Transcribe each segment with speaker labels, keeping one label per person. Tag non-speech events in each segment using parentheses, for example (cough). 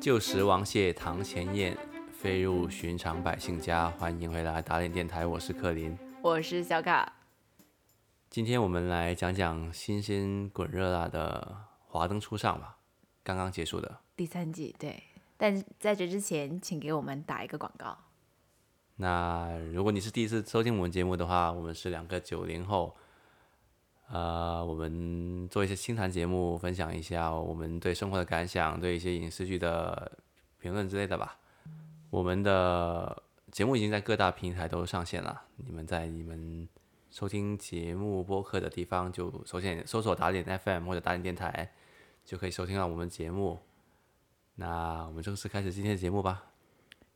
Speaker 1: 旧时王谢堂前燕，飞入寻常百姓家。欢迎回来打脸电台，我是克林。
Speaker 2: 我是小卡，
Speaker 1: 今天我们来讲讲新鲜滚热辣的《华灯初上》吧，刚刚结束的。
Speaker 2: 第三季对，但在这之前，请给我们打一个广告。
Speaker 1: 那如果你是第一次收听我们节目的话，我们是两个九零后，呃，我们做一些清谈节目，分享一下我们对生活的感想，对一些影视剧的评论之类的吧。我们的节目已经在各大平台都上线了，你们在你们收听节目播客的地方就首先搜索打点 FM 或者打点电台，就可以收听到我们节目。那我们正式开始今天的节目吧。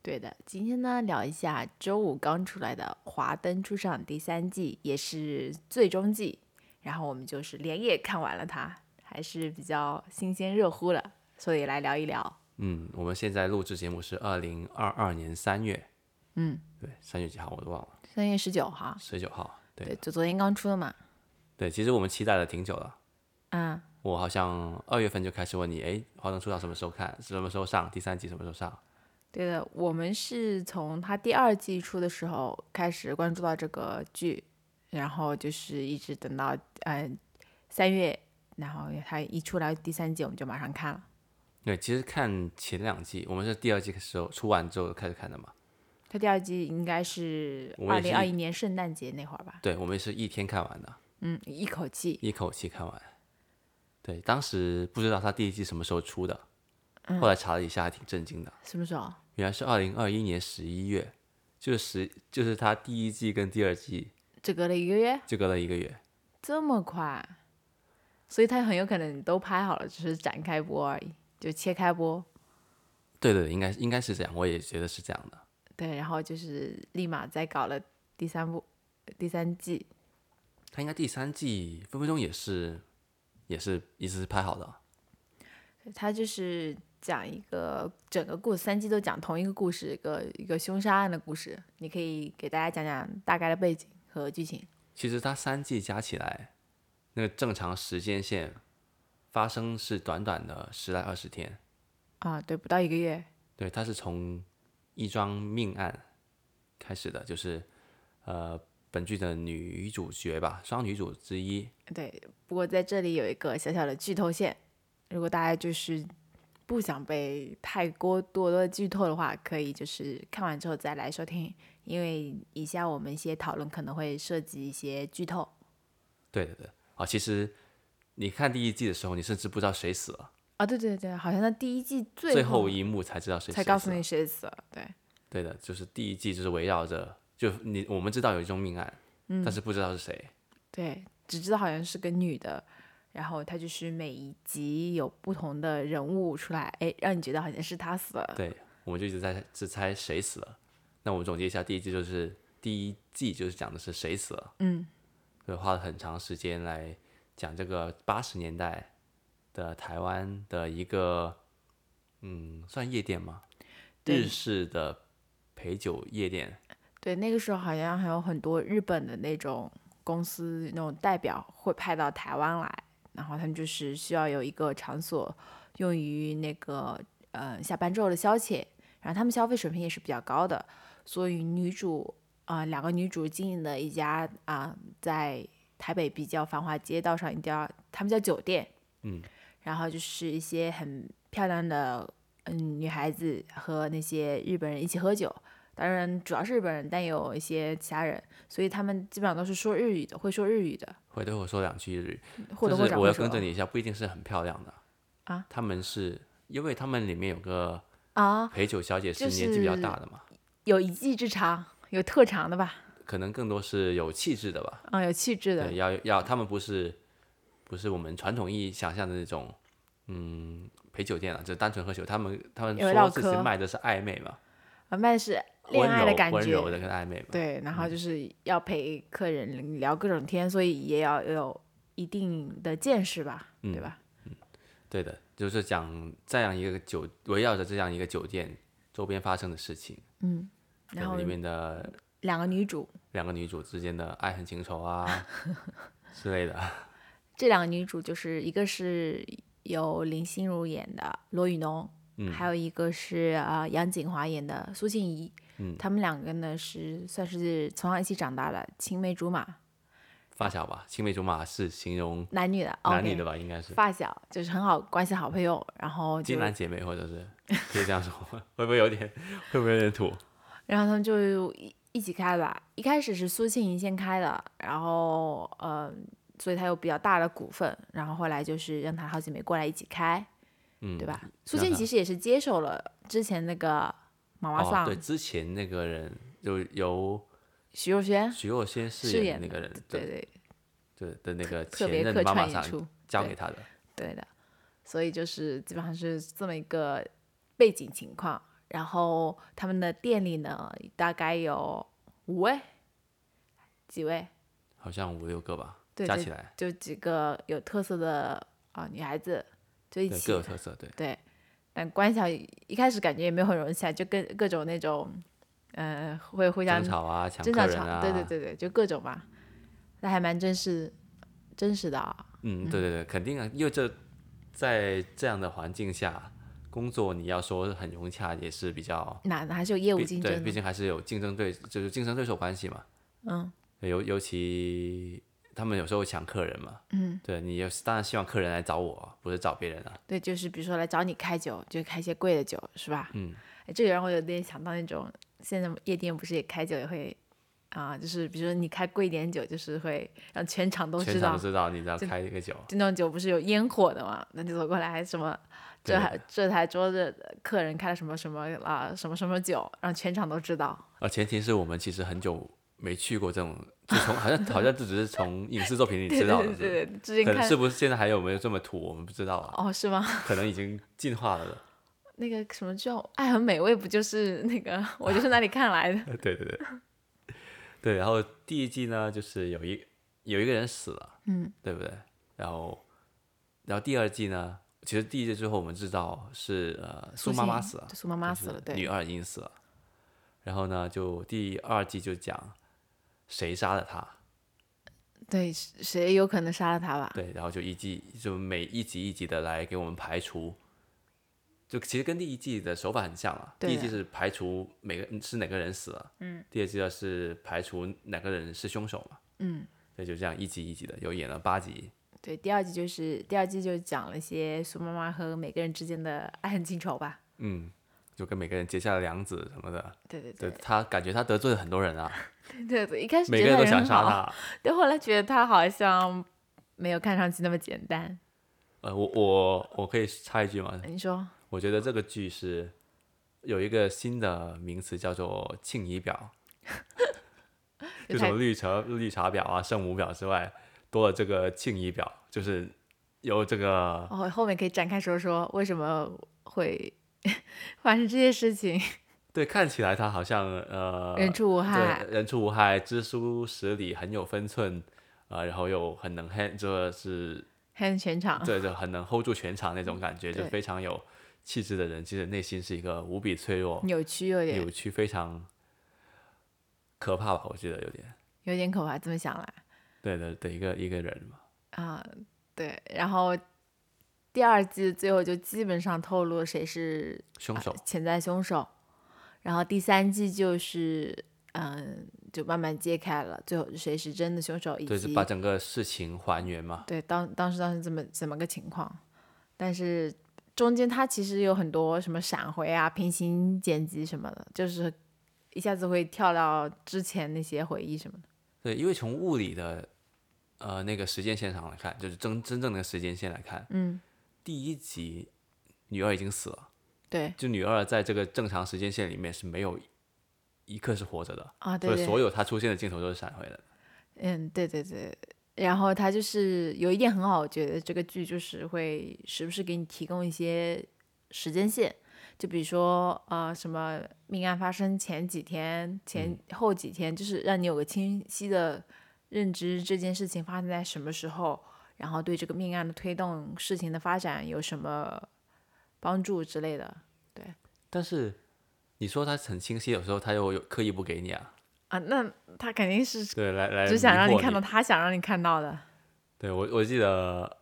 Speaker 2: 对的，今天呢聊一下周五刚出来的《华灯初上》第三季，也是最终季，然后我们就是连夜看完了它，还是比较新鲜热乎的，所以来聊一聊。
Speaker 1: 嗯，我们现在录制节目是二零二二年三月，
Speaker 2: 嗯，
Speaker 1: 对，三月几号我都忘了，
Speaker 2: 三月十九号，
Speaker 1: 十九号。对
Speaker 2: 对，就昨天刚出的嘛。
Speaker 1: 对，其实我们期待了挺久了，
Speaker 2: 嗯，
Speaker 1: 我好像二月份就开始问你，哎，《华灯初上》什么时候看？什么时候上？第三季什么时候上？
Speaker 2: 对的，我们是从它第二季出的时候开始关注到这个剧，然后就是一直等到呃三月，然后它一出来第三季我们就马上看了。
Speaker 1: 对，其实看前两季，我们是第二季的时候出完之后开始看的嘛。
Speaker 2: 它第二季应该是
Speaker 1: 我
Speaker 2: 二
Speaker 1: 们也
Speaker 2: 零
Speaker 1: 是
Speaker 2: 二
Speaker 1: 一
Speaker 2: 一年圣诞节那会儿吧？
Speaker 1: 对，我们是一天看完的，
Speaker 2: 嗯，一口气。
Speaker 1: 一口气看完。对，当时不知道它第一季什么时候出的，后来查了一下，还挺震惊的。
Speaker 2: 什么时候？
Speaker 1: 原来是二零二一年十一月，就是十，就是它第一季跟第二季
Speaker 2: 只隔了一个月，
Speaker 1: 就隔了一个月。
Speaker 2: 这么快？所以它很有可能都拍好了，只是展开播而已，就切开播。
Speaker 1: 对对，对应该应该是这样，我也觉得是这样的。
Speaker 2: 对，然后就是立马再搞了第三部、第三季。
Speaker 1: 他应该第三季分分钟也是，也是一次次拍好的。
Speaker 2: 它就是讲一个整个故事，三季都讲同一个故事，一个一个凶杀案的故事。你可以给大家讲讲大概的背景和剧情。
Speaker 1: 其实它三季加起来，那个正常时间线发生是短短的十来二十天。
Speaker 2: 啊，对，不到一个月，
Speaker 1: 对，它是从一桩命案开始的，就是呃本剧的女主角吧，双女主之一，
Speaker 2: 对。不过在这里有一个小小的剧透线，如果大家就是不想被太过多的剧透的话，可以就是看完之后再来收听，因为以下我们一些讨论可能会涉及一些剧透。
Speaker 1: 对对对，啊，其实你看第一季的时候，你甚至不知道谁死了，
Speaker 2: 啊，对对对，好像在第一季最
Speaker 1: 最
Speaker 2: 后
Speaker 1: 后一幕才知道谁
Speaker 2: 才
Speaker 1: 谁
Speaker 2: 告
Speaker 1: 死
Speaker 2: 诉
Speaker 1: 了
Speaker 2: 你谁死了，对。
Speaker 1: 对的，就是第一季就是围绕着，就你我们知道有一宗命案，
Speaker 2: 嗯
Speaker 1: 但是不知道是谁。
Speaker 2: 对，只知道好像是个女的，然后她就是每一集有不同的人物出来，哎，让你觉得好像是她死了。
Speaker 1: 对，我们就一直在只猜谁死了。那我们总结一下，第一季就是第一季就是讲的是谁死了，
Speaker 2: 嗯，
Speaker 1: 对，花了很长时间来讲这个八十年代的台湾的一个，嗯，算夜店吗？
Speaker 2: 对
Speaker 1: 日式的陪酒夜店，
Speaker 2: 对，那个时候好像还有很多日本的那种公司那种代表会派到台湾来，然后他们就是需要有一个场所用于那个呃下班之后的消遣，然后他们消费水平也是比较高的，所以女主啊、呃两个女主经营的一家啊、在台北比较繁华街道上一家，他们叫酒店，
Speaker 1: 嗯，
Speaker 2: 然后就是一些很漂亮的嗯女孩子和那些日本人一起喝酒。当然主要是日本人，但也有一些其他人，所以他们基本上都是说日语的，会说日语的，
Speaker 1: 会对我说两句日语，
Speaker 2: 或者
Speaker 1: 但
Speaker 2: 会
Speaker 1: 是
Speaker 2: 长
Speaker 1: 我
Speaker 2: 会
Speaker 1: 要
Speaker 2: 说
Speaker 1: 跟着你一下，不一定是很漂亮的
Speaker 2: 啊。
Speaker 1: 他们是因为他们里面有个
Speaker 2: 啊，
Speaker 1: 陪酒小姐是
Speaker 2: 就
Speaker 1: 年纪比较
Speaker 2: 是
Speaker 1: 大的嘛，
Speaker 2: 有一技之长，有特长的吧，
Speaker 1: 可能更多是有气质的吧。
Speaker 2: 啊，有气质的
Speaker 1: 对，，要要他们不是不是我们传统意义想象的那种，嗯，陪酒店啊，就单纯喝酒。他们他们
Speaker 2: 有
Speaker 1: 说
Speaker 2: 唠
Speaker 1: 自己
Speaker 2: 嗑
Speaker 1: 卖的是暧昧嘛，
Speaker 2: 啊，卖的是恋
Speaker 1: 温
Speaker 2: 爱
Speaker 1: 柔
Speaker 2: 的感
Speaker 1: 温柔
Speaker 2: 觉，
Speaker 1: 的跟嗯暧昧嘛。
Speaker 2: 对，然后就是要陪客人聊各种天，所以也要有一定的见识吧，对
Speaker 1: 嗯
Speaker 2: 吧？
Speaker 1: 对的，就是讲这样一个酒，围绕着这样一个酒店周边发生的事情，
Speaker 2: 嗯，
Speaker 1: 可
Speaker 2: 然后
Speaker 1: 能里面的
Speaker 2: 两个女主，
Speaker 1: 两个女主之间的爱恨情仇啊
Speaker 2: (laughs)
Speaker 1: 之类的。
Speaker 2: 这两个女主就是一个是由林心如演的罗雨农，
Speaker 1: 嗯
Speaker 2: 还有一个是呃杨谨华演的苏静怡，
Speaker 1: 嗯
Speaker 2: 他们两个呢是算是从小一起长大的青梅竹马，
Speaker 1: 发小吧，青梅竹马是形容
Speaker 2: 男女的，
Speaker 1: 男女
Speaker 2: OK
Speaker 1: 的吧，应该是
Speaker 2: 发小，就是很好关系好朋友，然后就
Speaker 1: 金兰姐妹，或者
Speaker 2: (laughs)
Speaker 1: 是可以这样说，会不会有点，会不会有点土？
Speaker 2: 然后他们就一一起开吧。一开始是苏庆怡先开的，然后嗯、所以他有比较大的股份，然后后来就是让他好姐妹过来一起开，
Speaker 1: 嗯，
Speaker 2: 对吧？苏
Speaker 1: 让
Speaker 2: 庆
Speaker 1: 她
Speaker 2: 其实也是接手了之前那个妈妈
Speaker 1: 哦，
Speaker 2: 桑、
Speaker 1: 对，之前那个人就由
Speaker 2: 徐若瑄
Speaker 1: 徐若瑄饰
Speaker 2: 饰
Speaker 1: 演
Speaker 2: 演
Speaker 1: 的那个人，
Speaker 2: 对对
Speaker 1: 对的那个
Speaker 2: 特
Speaker 1: 前
Speaker 2: 别
Speaker 1: 任
Speaker 2: 客
Speaker 1: 妈妈
Speaker 2: 串演
Speaker 1: 桑
Speaker 2: 出，
Speaker 1: 交
Speaker 2: 对
Speaker 1: 给他的。
Speaker 2: 对的，所以就是基本上是这么一个背景情况。然后他们的店里呢，大概有五位，几位？
Speaker 1: 好像五六个吧，
Speaker 2: 对
Speaker 1: 加
Speaker 2: 对
Speaker 1: 起来，
Speaker 2: 就几个有特色的啊、女孩子就一
Speaker 1: 对，各
Speaker 2: 起
Speaker 1: 有特色，对，
Speaker 2: 对，但关系好一开始感觉也没有很融洽，就跟各种那种，呃，会互相
Speaker 1: 争吵啊，抢
Speaker 2: 争
Speaker 1: 客
Speaker 2: 吵
Speaker 1: 人啊，
Speaker 2: 吵，对对，对对，就各种吧，那还蛮真实真实的啊、
Speaker 1: 嗯，对对对，肯定啊，因为这在这样的环境下工作，你要说很融洽也是比较，
Speaker 2: 哪哪还是有业务
Speaker 1: 毕
Speaker 2: 竞
Speaker 1: 对，
Speaker 2: 争
Speaker 1: 毕
Speaker 2: 的，
Speaker 1: 竟还是有竞争对，就是竞争对手关系嘛，
Speaker 2: 嗯
Speaker 1: 对尤尤其他们有时候会抢客人嘛，
Speaker 2: 嗯，
Speaker 1: 对你也当然希望客人来找我，不是找别人啊，
Speaker 2: 对，就是比如说来找你开酒，就开一些贵的酒，是吧？
Speaker 1: 嗯
Speaker 2: 哎，这个让我有点想到那种现在夜店不是也开酒也会。啊，就是比如说你开贵一点酒，就是会让全场都
Speaker 1: 全
Speaker 2: 知
Speaker 1: 场
Speaker 2: 道
Speaker 1: 都，知道你只要
Speaker 2: 就
Speaker 1: 开一个酒，
Speaker 2: 就那种酒不是有烟火的嘛？那就走过来还什么，这
Speaker 1: 对
Speaker 2: 台这台桌子客人开了什么什么啊、什么什么酒，让全场都知道。
Speaker 1: 呃，前提是我们其实很久没去过这种，就从好
Speaker 2: (laughs)
Speaker 1: 像好像这只是从影视作品里
Speaker 2: 对
Speaker 1: 知道的，是
Speaker 2: 对
Speaker 1: 吧
Speaker 2: 对对，最近
Speaker 1: 可能
Speaker 2: 看
Speaker 1: 是不是现在还有没有这么土，我们不知道啊，
Speaker 2: 哦是吗？
Speaker 1: 可能已经进化了的。
Speaker 2: 那个什么叫《爱很美味》，不就是那个 (laughs) 我就是那里看来的？
Speaker 1: 对对 (laughs) 对，对。然后第一季呢，就是有一有一个人死了，
Speaker 2: 嗯，
Speaker 1: 对不对？然后，然后第二季呢，其实第一季最后我们知道是呃苏妈妈
Speaker 2: 欣
Speaker 1: 死了，
Speaker 2: 对苏妈妈
Speaker 1: 就
Speaker 2: 死
Speaker 1: 是
Speaker 2: 了，对
Speaker 1: 女二已经死了。然后呢，就第二季就讲谁杀了她，
Speaker 2: 对，谁有可能杀了他吧？
Speaker 1: 对，然后就一季就每一集一集的来给我们排除，就其实跟第一季的手法很像了。第
Speaker 2: 对啊
Speaker 1: 一季
Speaker 2: 的
Speaker 1: 是排除每个是哪个人死了，嗯，第二季呢是排除哪个人是凶手嘛，
Speaker 2: 嗯，
Speaker 1: 对，就这样一集一集的，有演了八集，
Speaker 2: 对，第二季就是第二季就讲了一些苏妈妈和每个人之间的爱恨情仇吧。
Speaker 1: 嗯，就跟每个人结下了梁子什么的。
Speaker 2: 对对
Speaker 1: 对
Speaker 2: 对
Speaker 1: 他感觉他得罪了很多人
Speaker 2: (laughs)
Speaker 1: 啊，
Speaker 2: 对对，一开始
Speaker 1: 每
Speaker 2: 觉
Speaker 1: 个
Speaker 2: 得
Speaker 1: 人都
Speaker 2: 人
Speaker 1: 想杀
Speaker 2: 好
Speaker 1: 他。
Speaker 2: 对，后来觉得他好像没有看上去那么简单。
Speaker 1: 呃，我我我可以插一句吗？
Speaker 2: 你说，
Speaker 1: 我觉得这个剧是有一个新的名词叫做“庆仪表”，就
Speaker 2: 就太
Speaker 1: 除了绿茶绿茶婊啊、圣母婊之外，多了这个庆仪表，就是由这个
Speaker 2: 哦，后面可以展开说说为什么会 (laughs) 发生这些事情，
Speaker 1: 对看起来他好像呃
Speaker 2: 人畜无害
Speaker 1: 对，人畜无害、知书识礼、很有分寸啊、呃然后又很能 handle，就是
Speaker 2: 还有全场。
Speaker 1: 对，就很能 hold 住全场那种感觉，就
Speaker 2: 啊对
Speaker 1: 非常有气质的人，其实内心是一个无比脆弱、
Speaker 2: 扭曲有点
Speaker 1: 扭曲、非常可怕吧，我记得有点
Speaker 2: 有点可怕，这么想来
Speaker 1: 对的的一个一个人嘛，
Speaker 2: 啊、对。然后第二季最后就基本上透露谁是
Speaker 1: 凶手。
Speaker 2: 潜在凶手，然后第三季就是嗯，就慢慢揭开了，最后谁是真的凶手，以
Speaker 1: 对，
Speaker 2: 及
Speaker 1: 就把整个事情还原嘛，
Speaker 2: 对，当当时当时怎么怎么个情况？但是中间它其实有很多什么闪回啊、平行剪辑什么的，就是一下子会跳到之前那些回忆什么的。
Speaker 1: 对，因为从物理的呃那个时间线上来看，就是真真正的时间线来看，
Speaker 2: 嗯，
Speaker 1: 第一集女二已经死了，
Speaker 2: 对
Speaker 1: 就女二在这个正常时间线里面是没有一刻是活着的，
Speaker 2: 啊，对
Speaker 1: 所
Speaker 2: 对
Speaker 1: 以，所有她出现的镜头都是闪回的。
Speaker 2: 嗯，对对对。然后它就是有一点很好，我觉得这个剧就是会时不时给你提供一些时间线，就比如说呃什么命案发生前几天、前
Speaker 1: 嗯
Speaker 2: 后几天，就是让你有个清晰的认知这件事情发生在什么时候，然后对这个命案的推动、事情的发展有什么帮助之类的
Speaker 1: 但是你说她很清晰，有时候她又有刻意不给你啊，
Speaker 2: 啊，那他肯定是
Speaker 1: 对，来来，
Speaker 2: 只想让
Speaker 1: 你
Speaker 2: 看到。他想让你看到的
Speaker 1: 对我我记得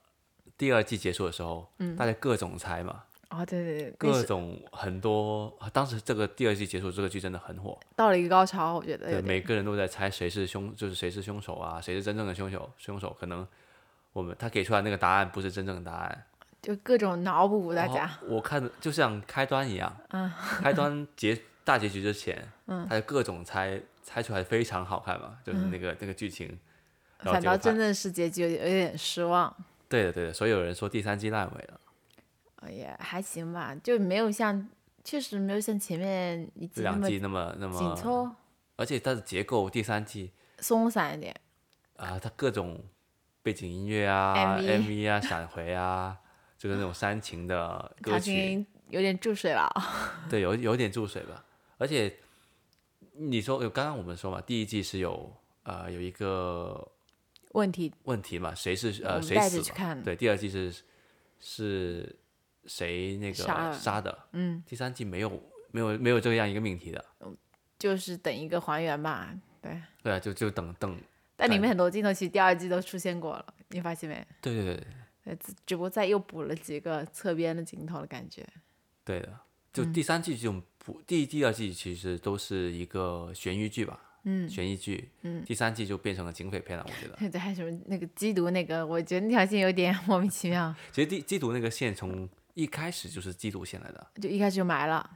Speaker 1: 第二季结束的时候，大家各种猜嘛，
Speaker 2: 哦，对对对，嗯那
Speaker 1: 各
Speaker 2: 是
Speaker 1: 种很多，啊当时这个第二季结束，这个剧真的很火，
Speaker 2: 到了一个高潮，我觉得有
Speaker 1: 对，
Speaker 2: 点
Speaker 1: 每个人都在猜谁是凶，就是谁是凶手啊，谁是真正的凶手，凶手可能。我们他给出来那个答案不是真正的答案，
Speaker 2: 就各种脑补大
Speaker 1: 然后
Speaker 2: 家，
Speaker 1: 我看就像开端一样，
Speaker 2: 嗯
Speaker 1: 开端结大结局之前，他就各种猜猜出来非常好看嘛，
Speaker 2: 嗯
Speaker 1: 就是那个、那个剧情，然
Speaker 2: (laughs)
Speaker 1: 后
Speaker 2: 反
Speaker 1: 结果
Speaker 2: 倒
Speaker 1: 他
Speaker 2: 真的是结局有有点失望，
Speaker 1: 对的对的，所以有人说第三季烂尾了，
Speaker 2: 呃也还行吧，就没有像确实没有像前面一
Speaker 1: 这
Speaker 2: 季那
Speaker 1: 两
Speaker 2: 么
Speaker 1: 季那么那
Speaker 2: 紧
Speaker 1: 么，
Speaker 2: 凑、
Speaker 1: 而且它的结构第三季
Speaker 2: 松散一点。
Speaker 1: 啊，它各种背景音乐啊、
Speaker 2: MV
Speaker 1: MV 啊、闪回啊，就是那种煽情的歌
Speaker 2: 他
Speaker 1: 曲，
Speaker 2: 心有点注水了， (laughs)
Speaker 1: (laughs) 对，有有点注水吧。而且你说，刚刚我们说嘛，第一季是有呃有一个
Speaker 2: 问题
Speaker 1: 问题嘛，谁是
Speaker 2: 我
Speaker 1: 呃
Speaker 2: 们
Speaker 1: 谁
Speaker 2: 带
Speaker 1: 死
Speaker 2: 着去
Speaker 1: 嘛
Speaker 2: 看
Speaker 1: 对，第二季是是谁那
Speaker 2: 杀
Speaker 1: 个
Speaker 2: 了
Speaker 1: 杀的？嗯，第三季没有没有没有这样一个命题的，
Speaker 2: 就是等一个还原吧。对，
Speaker 1: 对啊，就就等等，
Speaker 2: 但
Speaker 1: 对
Speaker 2: 里面很多镜头其实第二季都出现过了，你发现没？
Speaker 1: 对对对对
Speaker 2: 呃，只只不过再又补了几个侧边的镜头的感觉。
Speaker 1: 对的，就第三季这种不第第二季其实都是一个悬疑剧吧，嗯，悬疑剧，嗯，第三季就变成了警匪片了，我觉得。
Speaker 2: (laughs) 对，还有什么那个缉毒那个，我觉得那条线有点 (laughs) 莫名其妙，
Speaker 1: 其实缉缉毒那个线从一开始就是缉毒线来的，
Speaker 2: 就一开始就埋了。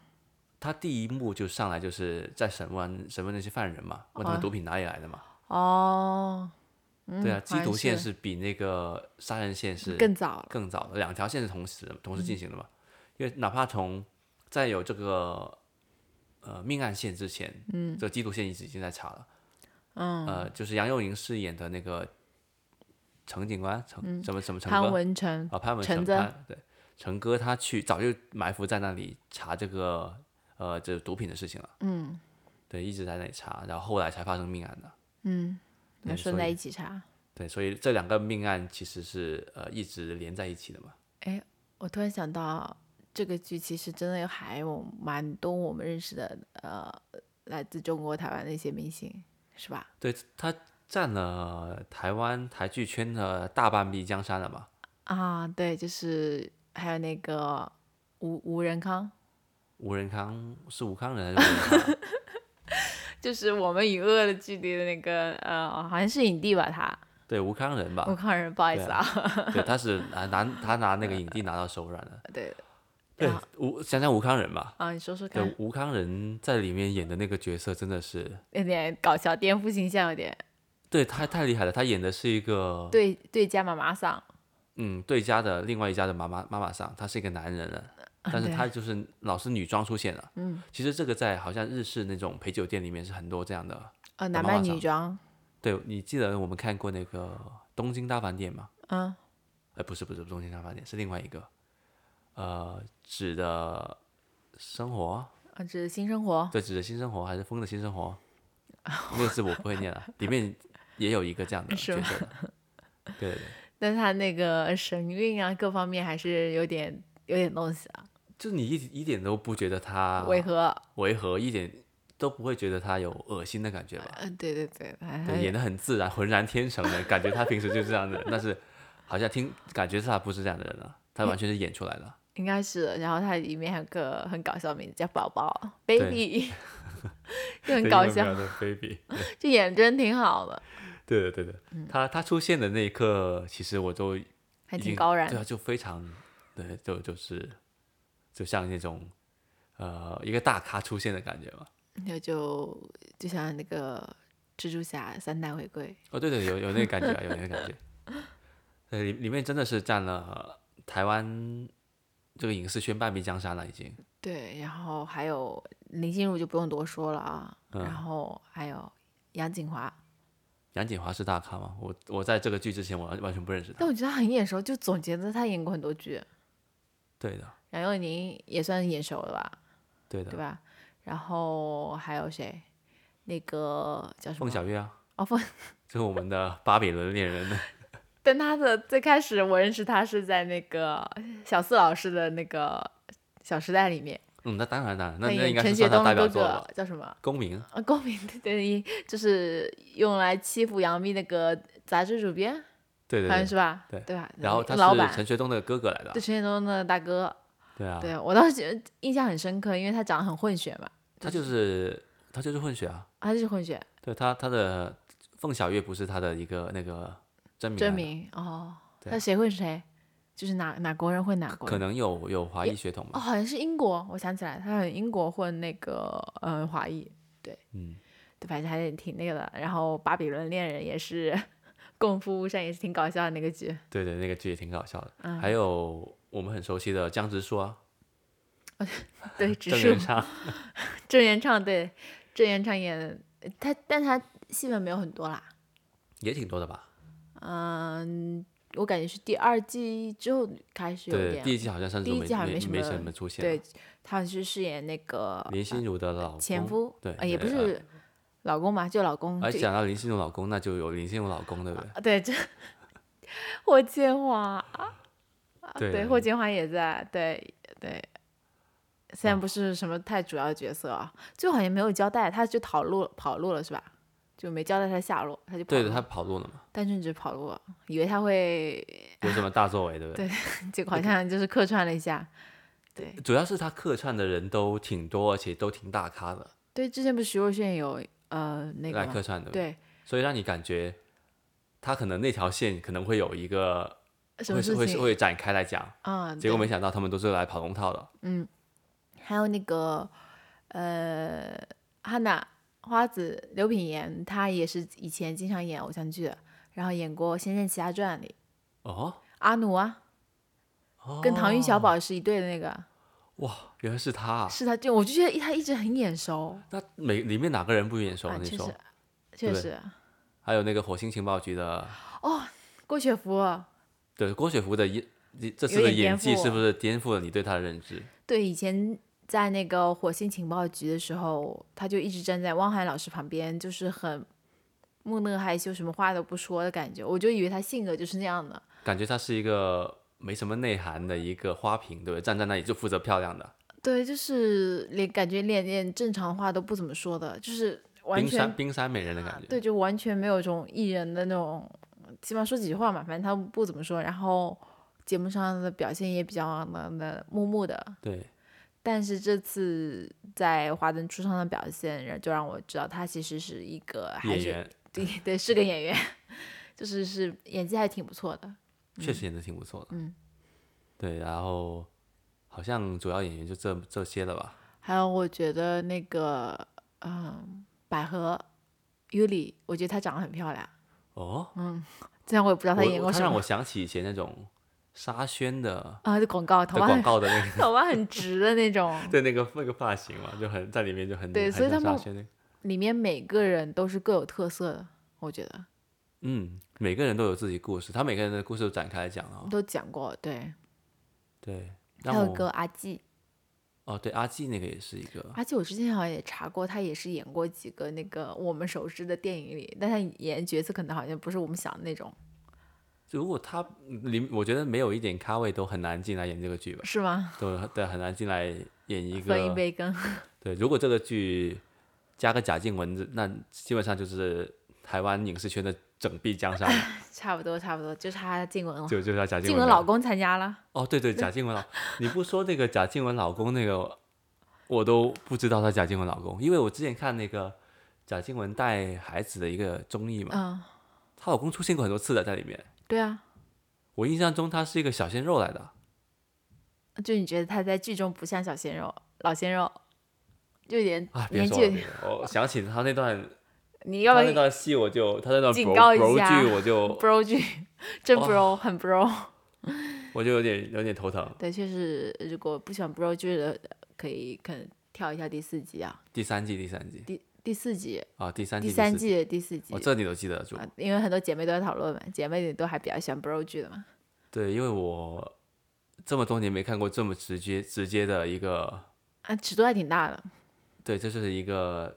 Speaker 1: 他第一幕就上来就是在审问审问那些犯人嘛，问他们毒品哪里来的嘛，
Speaker 2: 哦，
Speaker 1: 对啊，
Speaker 2: 好像
Speaker 1: 缉毒线
Speaker 2: 是
Speaker 1: 是比那个杀人线是
Speaker 2: 更早了。嗯
Speaker 1: 更早的，两条线是同时同时进行的嘛。因为哪怕从在有这个呃命案线之前，嗯，这个缉毒线一直已经在查了。嗯，呃，就是杨佑宁饰演的那个程警官，程、
Speaker 2: 嗯
Speaker 1: 什么什么程
Speaker 2: 潘
Speaker 1: 哥
Speaker 2: 文成
Speaker 1: 啊，潘文
Speaker 2: 陈
Speaker 1: 程
Speaker 2: 真
Speaker 1: 潘对程哥他去早就埋伏在那里查这个呃这毒品的事情了。嗯，对，一直在那里查，然后后来才发生命案的。对
Speaker 2: 要嗯顺
Speaker 1: 哎所
Speaker 2: 在
Speaker 1: 以
Speaker 2: 一起查。
Speaker 1: 对，所以这两个命案其实是呃一直连在一起的嘛。
Speaker 2: 我突然想到，这个剧其实真的有还有蛮多我们认识的呃，来自中国台湾的一些明星，是吧？
Speaker 1: 对，他占了台湾台剧圈的大半壁江山了嘛？
Speaker 2: 啊，对，就是还有那个吴吴仁康，
Speaker 1: 吴仁康是吴康人还是吴仁康 (laughs) 啊？
Speaker 2: 就是我们与恶的距离的那个呃，好像是影帝吧？他
Speaker 1: 对，吴康人
Speaker 2: 吴
Speaker 1: 吧？
Speaker 2: 康仁，不好意
Speaker 1: 啊对
Speaker 2: 思
Speaker 1: 啊
Speaker 2: 啊，
Speaker 1: 对，他是拿拿他拿那个影帝拿到手软了。
Speaker 2: (laughs) 对
Speaker 1: 对
Speaker 2: 啊，
Speaker 1: 吴想想吴康人吧。
Speaker 2: (laughs) 啊，你说说看
Speaker 1: 对，，吴康人在里面演的那个角色真的是，
Speaker 2: 有点搞笑，颠覆形象，有点
Speaker 1: 对他太厉害了。他演的是一个
Speaker 2: 对对加妈妈桑，
Speaker 1: 嗯对家的另外一家的妈妈妈妈桑，他是一个男人了，但是
Speaker 2: 对
Speaker 1: 他就是老是女装出现了。嗯，其实这个在好像日式那种陪酒店里面是很多这样的。
Speaker 2: 呃，男
Speaker 1: 妈
Speaker 2: 扮
Speaker 1: 妈
Speaker 2: 女
Speaker 1: 桑
Speaker 2: 装，
Speaker 1: 对，你记得我们看过那个《东京大饭店》吗？
Speaker 2: 嗯，
Speaker 1: 呃，不是，不是《东京大饭店》，是另外一个，呃，指的生活，
Speaker 2: 啊，这是新生活，
Speaker 1: 对，指的新生活还是风的新生活？那个字我不会念了，里面也有一个这样的
Speaker 2: 是
Speaker 1: 角
Speaker 2: 吗
Speaker 1: 色的。对对对，
Speaker 2: 但他那个神韵啊，各方面还是有点有点东西啊，
Speaker 1: 就你一一点都不觉得他
Speaker 2: 违和，
Speaker 1: 违和，一点都不会觉得他有恶心的感觉吧？
Speaker 2: 嗯，对对对，还
Speaker 1: 对，演
Speaker 2: 还
Speaker 1: 的很自然，浑然天成的感觉。他平时就是这样的人，但是好像听感觉他不是这样的人了，他完全是演出来的。
Speaker 2: 应该是，然后它里面还有个很搞笑的名字叫宝宝
Speaker 1: (laughs)
Speaker 2: baby，就很搞笑，
Speaker 1: 的 baby。
Speaker 2: 就演得真挺好的，
Speaker 1: 对的，对的，
Speaker 2: 嗯
Speaker 1: 他他出现的那一刻，其实我都已
Speaker 2: 还挺
Speaker 1: 经
Speaker 2: 高燃
Speaker 1: 对啊，就非常，对，就就是，就像那种，呃，一个大咖出现的感觉嘛。
Speaker 2: 那就就像那个蜘蛛侠三代回归，
Speaker 1: 哦，对对，有有那个感觉啊，有那个感觉。对，里里面真的是占了台湾这个影视圈半壁江山了，已经。
Speaker 2: 对，然后还有林心如就不用多说了啊，
Speaker 1: 嗯
Speaker 2: 然后还有杨锦华，
Speaker 1: 杨锦华是大咖吗？我我在这个剧之前，我完完全不认识他
Speaker 2: 但。我觉得她很眼熟，就总觉得她演过很多剧，
Speaker 1: 对的，
Speaker 2: 杨佑宁也算是眼熟了吧，
Speaker 1: 对啊
Speaker 2: 对
Speaker 1: 的，
Speaker 2: 吧？然后还有谁？那个叫什么？
Speaker 1: 凤小岳啊，
Speaker 2: 哦，凤
Speaker 1: 就是我们的巴比伦恋人。
Speaker 2: 但他的最开始我认识他是在那个小四老师的那个《小时代》里面，
Speaker 1: 嗯，那当然了，那
Speaker 2: 那
Speaker 1: 那应
Speaker 2: 演
Speaker 1: 该
Speaker 2: 陈
Speaker 1: 是
Speaker 2: 学
Speaker 1: 算他
Speaker 2: 冬
Speaker 1: 代表
Speaker 2: 哥
Speaker 1: 作
Speaker 2: 哥
Speaker 1: 吧？
Speaker 2: 叫什么？
Speaker 1: 公民
Speaker 2: 啊，公民对对，就是用来欺负杨幂那个杂志主编，
Speaker 1: 对对
Speaker 2: 好像
Speaker 1: 对。
Speaker 2: 是吧？
Speaker 1: 对
Speaker 2: 对吧？
Speaker 1: 然后他
Speaker 2: 老
Speaker 1: 是
Speaker 2: 板
Speaker 1: 陈学冬的哥哥来的
Speaker 2: 对，陈学冬的大哥，
Speaker 1: 对啊，
Speaker 2: 对我当时觉得印象很深刻，因为他长得很混血嘛，
Speaker 1: 他就是他就是混血啊，
Speaker 2: 啊他就是混血，
Speaker 1: 对他他的凤小岳不是他的一个那个真名来的，
Speaker 2: 真名哦，
Speaker 1: 对
Speaker 2: 那谁混谁，就是哪哪国人混哪国
Speaker 1: 可
Speaker 2: 人。
Speaker 1: 能有有华
Speaker 2: 也
Speaker 1: 裔血统
Speaker 2: 哦，
Speaker 1: 吧，
Speaker 2: 好像是英国，我想起来，他好像英国混那个嗯华裔，
Speaker 1: 嗯，
Speaker 2: 对，反正还挺那个的。然后《巴比伦恋人》也是，《功夫巫山》也是挺搞笑的那
Speaker 1: (laughs)
Speaker 2: 个剧。
Speaker 1: 对对，那个剧也挺搞笑的。
Speaker 2: 嗯
Speaker 1: 还有我们很熟悉的江直树啊，
Speaker 2: 对，植
Speaker 1: 郑
Speaker 2: 树
Speaker 1: 元畅，
Speaker 2: 郑元畅对郑元畅演他，但他戏份没有很多啦。
Speaker 1: 也挺多的吧？
Speaker 2: 嗯，我感觉是第二季之后开始有
Speaker 1: 对，第一
Speaker 2: 点，
Speaker 1: 季好像甚至
Speaker 2: 第一
Speaker 1: 没
Speaker 2: 季好像
Speaker 1: 没
Speaker 2: 没什
Speaker 1: 没
Speaker 2: 么
Speaker 1: 什么出现。
Speaker 2: 对，他好像是饰演那个
Speaker 1: 林心如的老公
Speaker 2: 前夫，
Speaker 1: 对
Speaker 2: 呃也不
Speaker 1: 对
Speaker 2: 是老公嘛，就老公，
Speaker 1: 而
Speaker 2: 就
Speaker 1: 讲到林心如老公，那就有林心如老公，对不对？
Speaker 2: 啊对，这霍建华，
Speaker 1: 对
Speaker 2: 啊对，
Speaker 1: 的
Speaker 2: 霍建华也在，对对。虽
Speaker 1: 嗯
Speaker 2: 然不是什么太主要的角色啊，最后好像没有交代，他就跑路跑路了是吧？就没交代他的下落，他就跑
Speaker 1: 对
Speaker 2: 路
Speaker 1: 的，
Speaker 2: 了
Speaker 1: 他跑路了嘛，
Speaker 2: 单纯只是跑路了，以为他会，
Speaker 1: 有什么大作为，对不对？
Speaker 2: 结果好像就是客串了一下。对
Speaker 1: 主要是他客串的人都挺多，而且都挺大咖的
Speaker 2: 对，之前不是徐若瑄有呃那个
Speaker 1: 来
Speaker 2: 吗
Speaker 1: 客串的，
Speaker 2: 对
Speaker 1: 所以让你感觉他可能那条线可能会有一个
Speaker 2: 什
Speaker 1: 会
Speaker 2: 么
Speaker 1: 是
Speaker 2: 事
Speaker 1: 会是
Speaker 2: 情
Speaker 1: 会展开来讲，
Speaker 2: 啊？
Speaker 1: 结果
Speaker 2: 对
Speaker 1: 没想到他们都是来跑龙套的。
Speaker 2: 还有那个呃，汉娜花子刘品言，她也是以前经常演偶像剧的，然后演过《仙剑奇侠传》里
Speaker 1: 哦，
Speaker 2: 阿奴啊，跟唐钰小宝是一对的那个，
Speaker 1: 啊哇，原来是他啊！
Speaker 2: 是她就我就觉得她一直很眼熟
Speaker 1: 那每里面哪个人不眼熟？
Speaker 2: 啊，
Speaker 1: 你
Speaker 2: 确
Speaker 1: 说
Speaker 2: 实，确
Speaker 1: 对
Speaker 2: 实，
Speaker 1: 还有那个火星情报局的，
Speaker 2: 郭雪芙
Speaker 1: 对郭雪芙的演，这这次
Speaker 2: 有
Speaker 1: 的
Speaker 2: 点
Speaker 1: 演
Speaker 2: 颠
Speaker 1: 技
Speaker 2: 覆
Speaker 1: 是不是颠覆了你对她的认知？
Speaker 2: 对以前。在那个火星情报局的时候，她就一直站在汪涵老师旁边，就是很木讷害羞，什么话都不说的感觉。我就以为她性格就是那样的，
Speaker 1: 感觉她是一个没什么内涵的一个花瓶，对不对？站在那里就负责漂亮的，
Speaker 2: 对，就是连感觉连连正常话都不怎么说的，就是完
Speaker 1: 冰
Speaker 2: 全啊
Speaker 1: 山冰山美人的感觉。
Speaker 2: 对，就完全没有这种艺人的那种，起码说几句话嘛，反正他不怎么说。然后节目上的表现也比较那那木木的，
Speaker 1: 对
Speaker 2: 但是这次在《华灯初上》的表现，然就让我知道他其实是一个还
Speaker 1: 演
Speaker 2: 是
Speaker 1: 员
Speaker 2: 对对是个演员， (laughs) 就是是演技还挺不错的。
Speaker 1: 确实演的挺不错的。
Speaker 2: 嗯，
Speaker 1: 对，然后好像主要演员就这这些了吧？
Speaker 2: 还有我觉得那个嗯，百合尤里，我觉得她长得很漂亮。
Speaker 1: 哦，
Speaker 2: 虽然我也不知道她
Speaker 1: 我
Speaker 2: 演过
Speaker 1: 他
Speaker 2: 什
Speaker 1: 让
Speaker 2: 么
Speaker 1: 我想起以前那种沙宣
Speaker 2: (laughs)
Speaker 1: 的
Speaker 2: 啊，这广告
Speaker 1: 的
Speaker 2: 头发
Speaker 1: 广
Speaker 2: 很
Speaker 1: 告 (laughs) 的那个。
Speaker 2: 头发很直的那种。
Speaker 1: 对那个那个发型嘛，就很在里面就很
Speaker 2: 对
Speaker 1: 很
Speaker 2: 所以
Speaker 1: 像
Speaker 2: 他们
Speaker 1: 沙宣那个
Speaker 2: (laughs) 里面每个人都是各有特色的，我觉得
Speaker 1: 嗯，每个人都有自己故事，他每个人的故事都展开来讲啊、
Speaker 2: 都讲过。对，
Speaker 1: 对，
Speaker 2: 还
Speaker 1: 让
Speaker 2: 有
Speaker 1: 我
Speaker 2: 个阿纪，
Speaker 1: 哦，对，阿纪那个也是一个，
Speaker 2: 阿纪我之前好像也查过，她也是演过几个那个我们熟知的电影里，但她演角色可能好像不是我们想的那种，
Speaker 1: 就如果他里，我觉得没有一点咖位都很难进来演这个剧吧，
Speaker 2: 是吗？
Speaker 1: 都对，很难进来演一
Speaker 2: 分一
Speaker 1: 个。
Speaker 2: 杯羹， (laughs)
Speaker 1: 对，如果这个剧加个贾静雯，那基本上就是台湾影视圈的整壁江山了，
Speaker 2: 差不多差不多，就差静雯了。
Speaker 1: 就就是他贾静
Speaker 2: 静
Speaker 1: 雯
Speaker 2: 雯
Speaker 1: 的
Speaker 2: 老公参加了，
Speaker 1: 哦，对对，贾静雯老，你不说那个贾静雯老公那个，我都不知道她贾静雯老公，因为我之前看那个贾静雯带孩子的一个综艺嘛，
Speaker 2: 嗯，
Speaker 1: 她老公出现过很多次的在里面，
Speaker 2: 对啊，
Speaker 1: 我印象中他是一个小鲜肉来的，
Speaker 2: 就你觉得她在剧中不像小鲜肉、老鲜肉，就有点
Speaker 1: 啊，别
Speaker 2: 年
Speaker 1: 说
Speaker 2: 纪有
Speaker 1: 了
Speaker 2: 点，，
Speaker 1: 我想起他那段
Speaker 2: 你 (laughs) 要
Speaker 1: 他
Speaker 2: 不
Speaker 1: 那
Speaker 2: 要
Speaker 1: 段戏，我就他那段
Speaker 2: 警
Speaker 1: bro
Speaker 2: 告一
Speaker 1: bro
Speaker 2: 下
Speaker 1: 剧，我就
Speaker 2: bro 剧，真
Speaker 1: 哇
Speaker 2: bro，很 bro。
Speaker 1: 我就有点有点头疼。
Speaker 2: 对，确实，如果不喜欢 bro 剧的，可以可能跳一下第四集啊，
Speaker 1: 第三季，第三季
Speaker 2: 第第四集，
Speaker 1: 啊，第三
Speaker 2: 第
Speaker 1: 季，
Speaker 2: 三
Speaker 1: 四季，
Speaker 2: 季的第四集
Speaker 1: 哦，这你都记得住
Speaker 2: 啊？，因为很多姐妹都在讨论嘛，姐妹都还比较喜欢 bro 剧的嘛。
Speaker 1: 对，因为我这么多年没看过这么直接直接的一个。
Speaker 2: 啊，尺度还挺大的，
Speaker 1: 对，这就是一个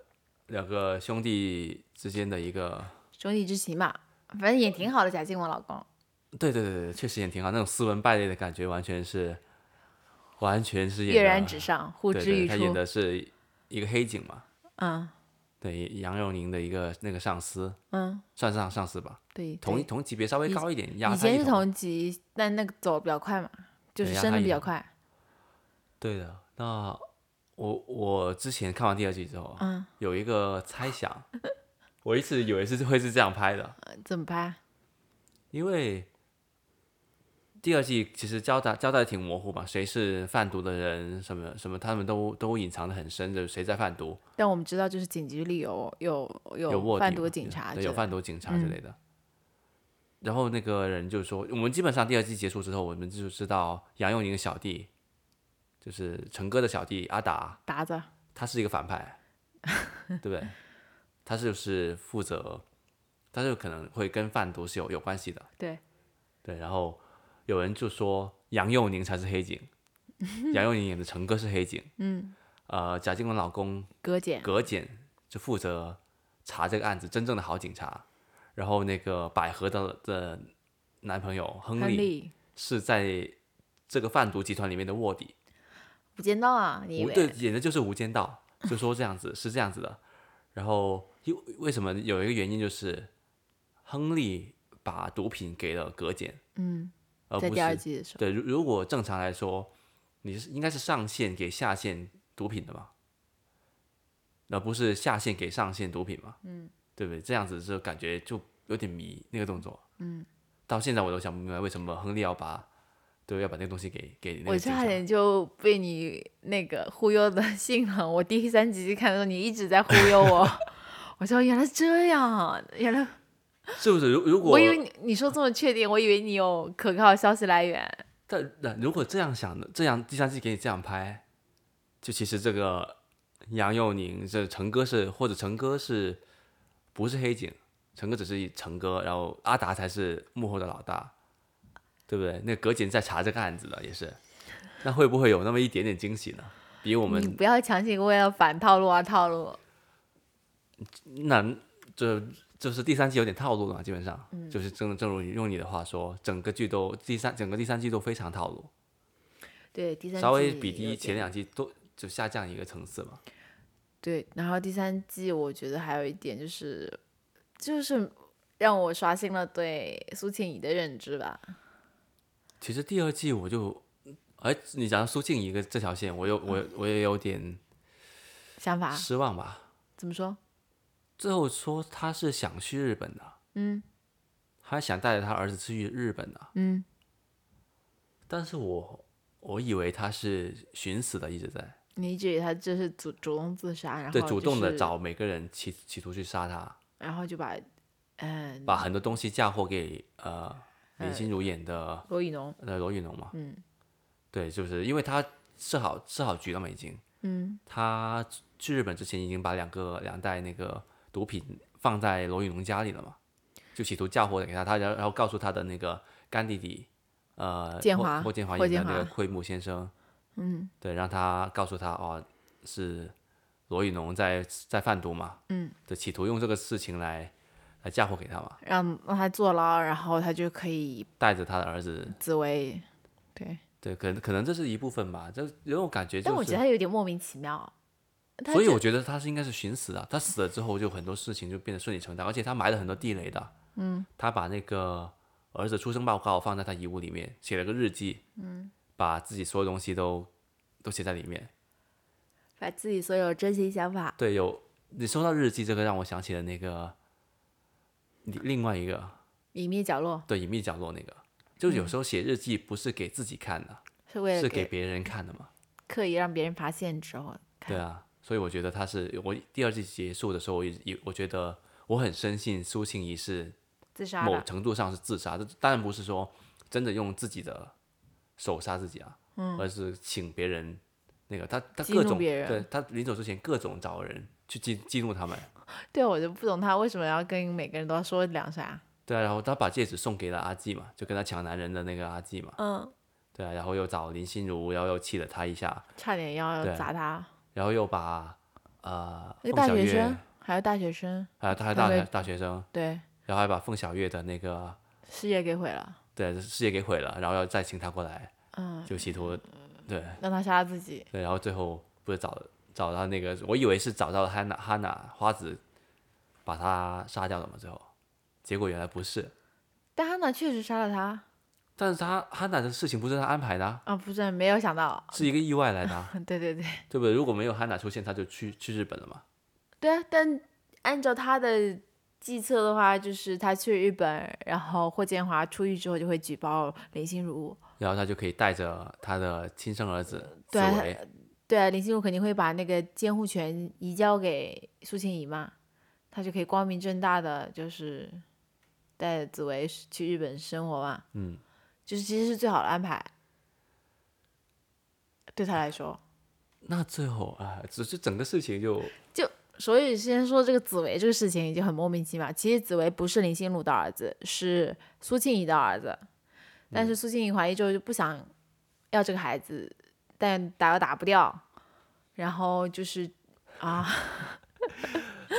Speaker 1: 两个兄弟之间的一个，
Speaker 2: 兄弟之情嘛，反正也挺好的。贾静雯老公，
Speaker 1: 对对对对，确实也挺好，那种斯文败类的感觉完全是完全是演
Speaker 2: 跃然
Speaker 1: 的
Speaker 2: 纸上，呼
Speaker 1: 对
Speaker 2: 之
Speaker 1: 对，
Speaker 2: 欲
Speaker 1: 他演
Speaker 2: 出。
Speaker 1: 的是一个黑警嘛，
Speaker 2: 嗯
Speaker 1: 对杨佑宁的一个那个上司，
Speaker 2: 嗯，
Speaker 1: 算上上司吧，
Speaker 2: 对，
Speaker 1: 同
Speaker 2: 对
Speaker 1: 同级别稍微
Speaker 2: 以
Speaker 1: 高一点，压
Speaker 2: 以
Speaker 1: 他一
Speaker 2: 前是
Speaker 1: 头。
Speaker 2: 同级，但那个走的比较快嘛，就
Speaker 1: 对
Speaker 2: 是
Speaker 1: 压
Speaker 2: 升
Speaker 1: 他
Speaker 2: 的
Speaker 1: 一
Speaker 2: 比较
Speaker 1: 头
Speaker 2: 快。
Speaker 1: 对的，那我我之前看完第二季之后，啊
Speaker 2: 嗯，
Speaker 1: 有一个猜想，我一直以为是会是这样拍的，
Speaker 2: 呃怎么拍？
Speaker 1: 因为第二季其实交代交代挺模糊嘛，谁是贩毒的人，什么什么，他们都都隐藏的很深，就是谁在贩毒，
Speaker 2: 但我们知道，就是警局里有有
Speaker 1: 有卧底
Speaker 2: 贩
Speaker 1: 嘛
Speaker 2: 毒
Speaker 1: 有
Speaker 2: 警察
Speaker 1: 对，
Speaker 2: 之类的，
Speaker 1: 有贩毒警察之
Speaker 2: 嗯
Speaker 1: 类的。然后那个人就说，我们基本上第二季结束之后，我们就知道杨佑宁的小弟，就是陈哥的小弟阿达，
Speaker 2: 达子，
Speaker 1: 他是一个反派， (laughs) 对不对？他就是负责，他就可能会跟贩毒是有有关系的。
Speaker 2: 对，
Speaker 1: 对，然后有人就说杨佑宁才是黑 (laughs) 警，杨佑宁演的陈哥是黑警，
Speaker 2: 嗯，
Speaker 1: 呃，贾静雯老公
Speaker 2: 葛姐，
Speaker 1: 葛俭就负责查这个案子，真正的好警察。然后那个百合的的男朋友亨
Speaker 2: 亨
Speaker 1: 利
Speaker 2: 利，
Speaker 1: 是在这个贩毒集团里面的卧底，
Speaker 2: 无间道啊，你以
Speaker 1: 无
Speaker 2: 为？
Speaker 1: 对演的就是《无间道》，就说这样子是这样子的。然后因为为什么有一个原因就是亨利把毒品给了葛俭，
Speaker 2: 嗯，
Speaker 1: 而
Speaker 2: 在
Speaker 1: 呃不
Speaker 2: 第二
Speaker 1: 是
Speaker 2: 季的时候，
Speaker 1: 对，如如果正常来说，你是应该是上线给下线毒品的嘛，而不是下线给上线毒品嘛，嗯，对不对？这样子就感觉就有点迷那个动作，嗯， (laughs) 到现在我都想不明白为什么亨利要把对要把那个东西给给那
Speaker 2: 我
Speaker 1: 个警
Speaker 2: 差
Speaker 1: 察，
Speaker 2: 点就被你那个忽悠的 (laughs) 信了。我第三集看的时候，你一直在忽悠
Speaker 1: (laughs)
Speaker 2: 我，我说原来这样啊，原来
Speaker 1: 是不是？如如果
Speaker 2: 我以为你你说这么确定，我以为你有可靠的消息来源。
Speaker 1: 但那如果这样想的，这样第三季给你这样拍，就其实这个杨佑宁这陈哥是或者陈哥是不是黑警？陈哥只是一陈哥，然后阿达才是幕后的老大，对不对？那葛瑾在查这个案子的也是，那会不会有那么一点点惊喜呢？比我
Speaker 2: 你
Speaker 1: 们
Speaker 2: 不要强行为了反套路而套路。
Speaker 1: 那这就是第三季有点套路了嘛，基本上、就是正正如你用你的话说，整个剧都第三整个第三季都非常套路，
Speaker 2: 对，第三季
Speaker 1: 稍微比第
Speaker 2: 有
Speaker 1: 一前
Speaker 2: 点
Speaker 1: 两季都就下降一个层次嘛。
Speaker 2: 对，然后第三季我觉得还有一点就是，就是让我刷新了对苏庆仪的认知吧。
Speaker 1: 其实第二季我就，哎，你讲到苏静怡个这条线，我
Speaker 2: 嗯
Speaker 1: 又我我也有点
Speaker 2: 想法
Speaker 1: 失望吧。
Speaker 2: 怎么说？
Speaker 1: 最后说他是想去日本的，
Speaker 2: 嗯
Speaker 1: 他想带着他儿子去日本的，
Speaker 2: 嗯，
Speaker 1: 但是我我以为他是寻死的，一直在
Speaker 2: 你一直以为他这是主主动自杀，然后、
Speaker 1: 对
Speaker 2: 就是、
Speaker 1: 主动的，找每个人企企图去杀他，
Speaker 2: 然后就把嗯、
Speaker 1: 把很多东西嫁祸给呃林心如演的
Speaker 2: 罗宇农，
Speaker 1: 呃罗宇农嘛，
Speaker 2: 嗯
Speaker 1: 对，就是因为他设好设好局了嘛已经，
Speaker 2: 嗯
Speaker 1: 他去日本之前已经把两个两袋那个毒品放在罗宇农家里了嘛，就企图嫁祸给他，他然后然后告诉他的那个干弟弟，呃，
Speaker 2: 建
Speaker 1: 霍
Speaker 2: 华
Speaker 1: 霍建华
Speaker 2: 霍
Speaker 1: 演的
Speaker 2: 建
Speaker 1: 那个
Speaker 2: 华
Speaker 1: 惠木先生，
Speaker 2: 嗯
Speaker 1: 对，让他告诉他哦，是罗宇农在在贩毒嘛，
Speaker 2: 嗯，
Speaker 1: 就企图用这个事情来来嫁祸给他嘛，
Speaker 2: 让让他坐牢，然后他就可以
Speaker 1: 带着他的儿子，
Speaker 2: 自卫。对，
Speaker 1: 对，可能可能这是一部分吧，这有种感觉
Speaker 2: 但
Speaker 1: 就
Speaker 2: 我觉得
Speaker 1: 是。
Speaker 2: 他有点莫名其妙。他
Speaker 1: 所以
Speaker 2: 这
Speaker 1: 我觉得他是应该是寻死啊的，他死了之后就很多事情就变得顺理成章，而且他埋了很多地雷的。
Speaker 2: 嗯
Speaker 1: 他把那个儿子出生报告放在他遗物里面，写了个日记，嗯，把自己所有东西都都写在里面。
Speaker 2: 把自己所有真心想法，
Speaker 1: 对，有你说到日记这个，让我想起了那个另另外一个
Speaker 2: 隐秘角落
Speaker 1: 对隐秘角落那个，就是
Speaker 2: 嗯
Speaker 1: 有时候写日记不是给自己看的，
Speaker 2: 是为了
Speaker 1: 是给别人看的嘛。
Speaker 2: 刻意让别人发现之后看
Speaker 1: 对啊，所以我觉得他是我第二季结束的时候，我也我觉得我很深信苏庆仪是
Speaker 2: 自杀
Speaker 1: 某
Speaker 2: 了。
Speaker 1: 程度上是自杀，这当然不是说真的用自己的手杀自己啊，而是请别人那个他他
Speaker 2: 嗯激
Speaker 1: 各
Speaker 2: 怒
Speaker 1: 种
Speaker 2: 别人
Speaker 1: 对他临走之前各种找人去激激怒他们，
Speaker 2: 对，我就不懂他为什么要跟每个人都要说两下。
Speaker 1: 对啊，然后他把戒指送给了阿纪嘛，就跟他抢男人的那个阿纪嘛，
Speaker 2: 嗯，
Speaker 1: 对啊，然后又找林心如，然后又气了他一下，
Speaker 2: 差点要
Speaker 1: 对
Speaker 2: 砸他。
Speaker 1: 然后又把呃
Speaker 2: 那
Speaker 1: 凤
Speaker 2: 个大
Speaker 1: 小
Speaker 2: 学
Speaker 1: 岳
Speaker 2: 生，还有大学生，
Speaker 1: 啊，他还
Speaker 2: 他
Speaker 1: 大
Speaker 2: 被
Speaker 1: 大学生，
Speaker 2: 对，
Speaker 1: 然后还把凤小岳的那个
Speaker 2: 事业给毁了。
Speaker 1: 对事业给毁了，然后要再请他过来，
Speaker 2: 嗯，
Speaker 1: 就企图对
Speaker 2: 让他杀了自己。
Speaker 1: 对，然后最后不是找找到那个，我以为是找到了哈娜哈娜花子，把他杀掉了嘛，最后，结果原来不是，
Speaker 2: 但汉娜确实杀了他
Speaker 1: 但是他哈娜的事情不是他安排的啊、
Speaker 2: 啊，不是没有想到， (laughs)
Speaker 1: 是一个意外来的啊、
Speaker 2: 对对对
Speaker 1: 对不对？如果没有哈娜出现，他就去去日本了嘛。
Speaker 2: 对啊！但按照他的计策的话，就是他去日本，然后霍建华出狱之后就会举报林心如，
Speaker 1: 然后他就可以带着他的亲生儿子紫
Speaker 2: 对啊
Speaker 1: 薇，
Speaker 2: 对啊，林心如肯定会把那个监护权移交给苏倩怡嘛，她就可以光明正大的就是带紫薇是去日本生活嘛，
Speaker 1: 嗯，
Speaker 2: 就是其实是最好的安排，对她来说。
Speaker 1: 那最后啊，只是整个事情就
Speaker 2: 所以先说这个紫薇这个事情已经很莫名其妙。其实紫薇不是林心如的儿子，是苏庆怡的儿子。
Speaker 1: 嗯
Speaker 2: 但是苏庆怡怀疑之后就不想要这个孩子，但打又打不掉，然后就是啊，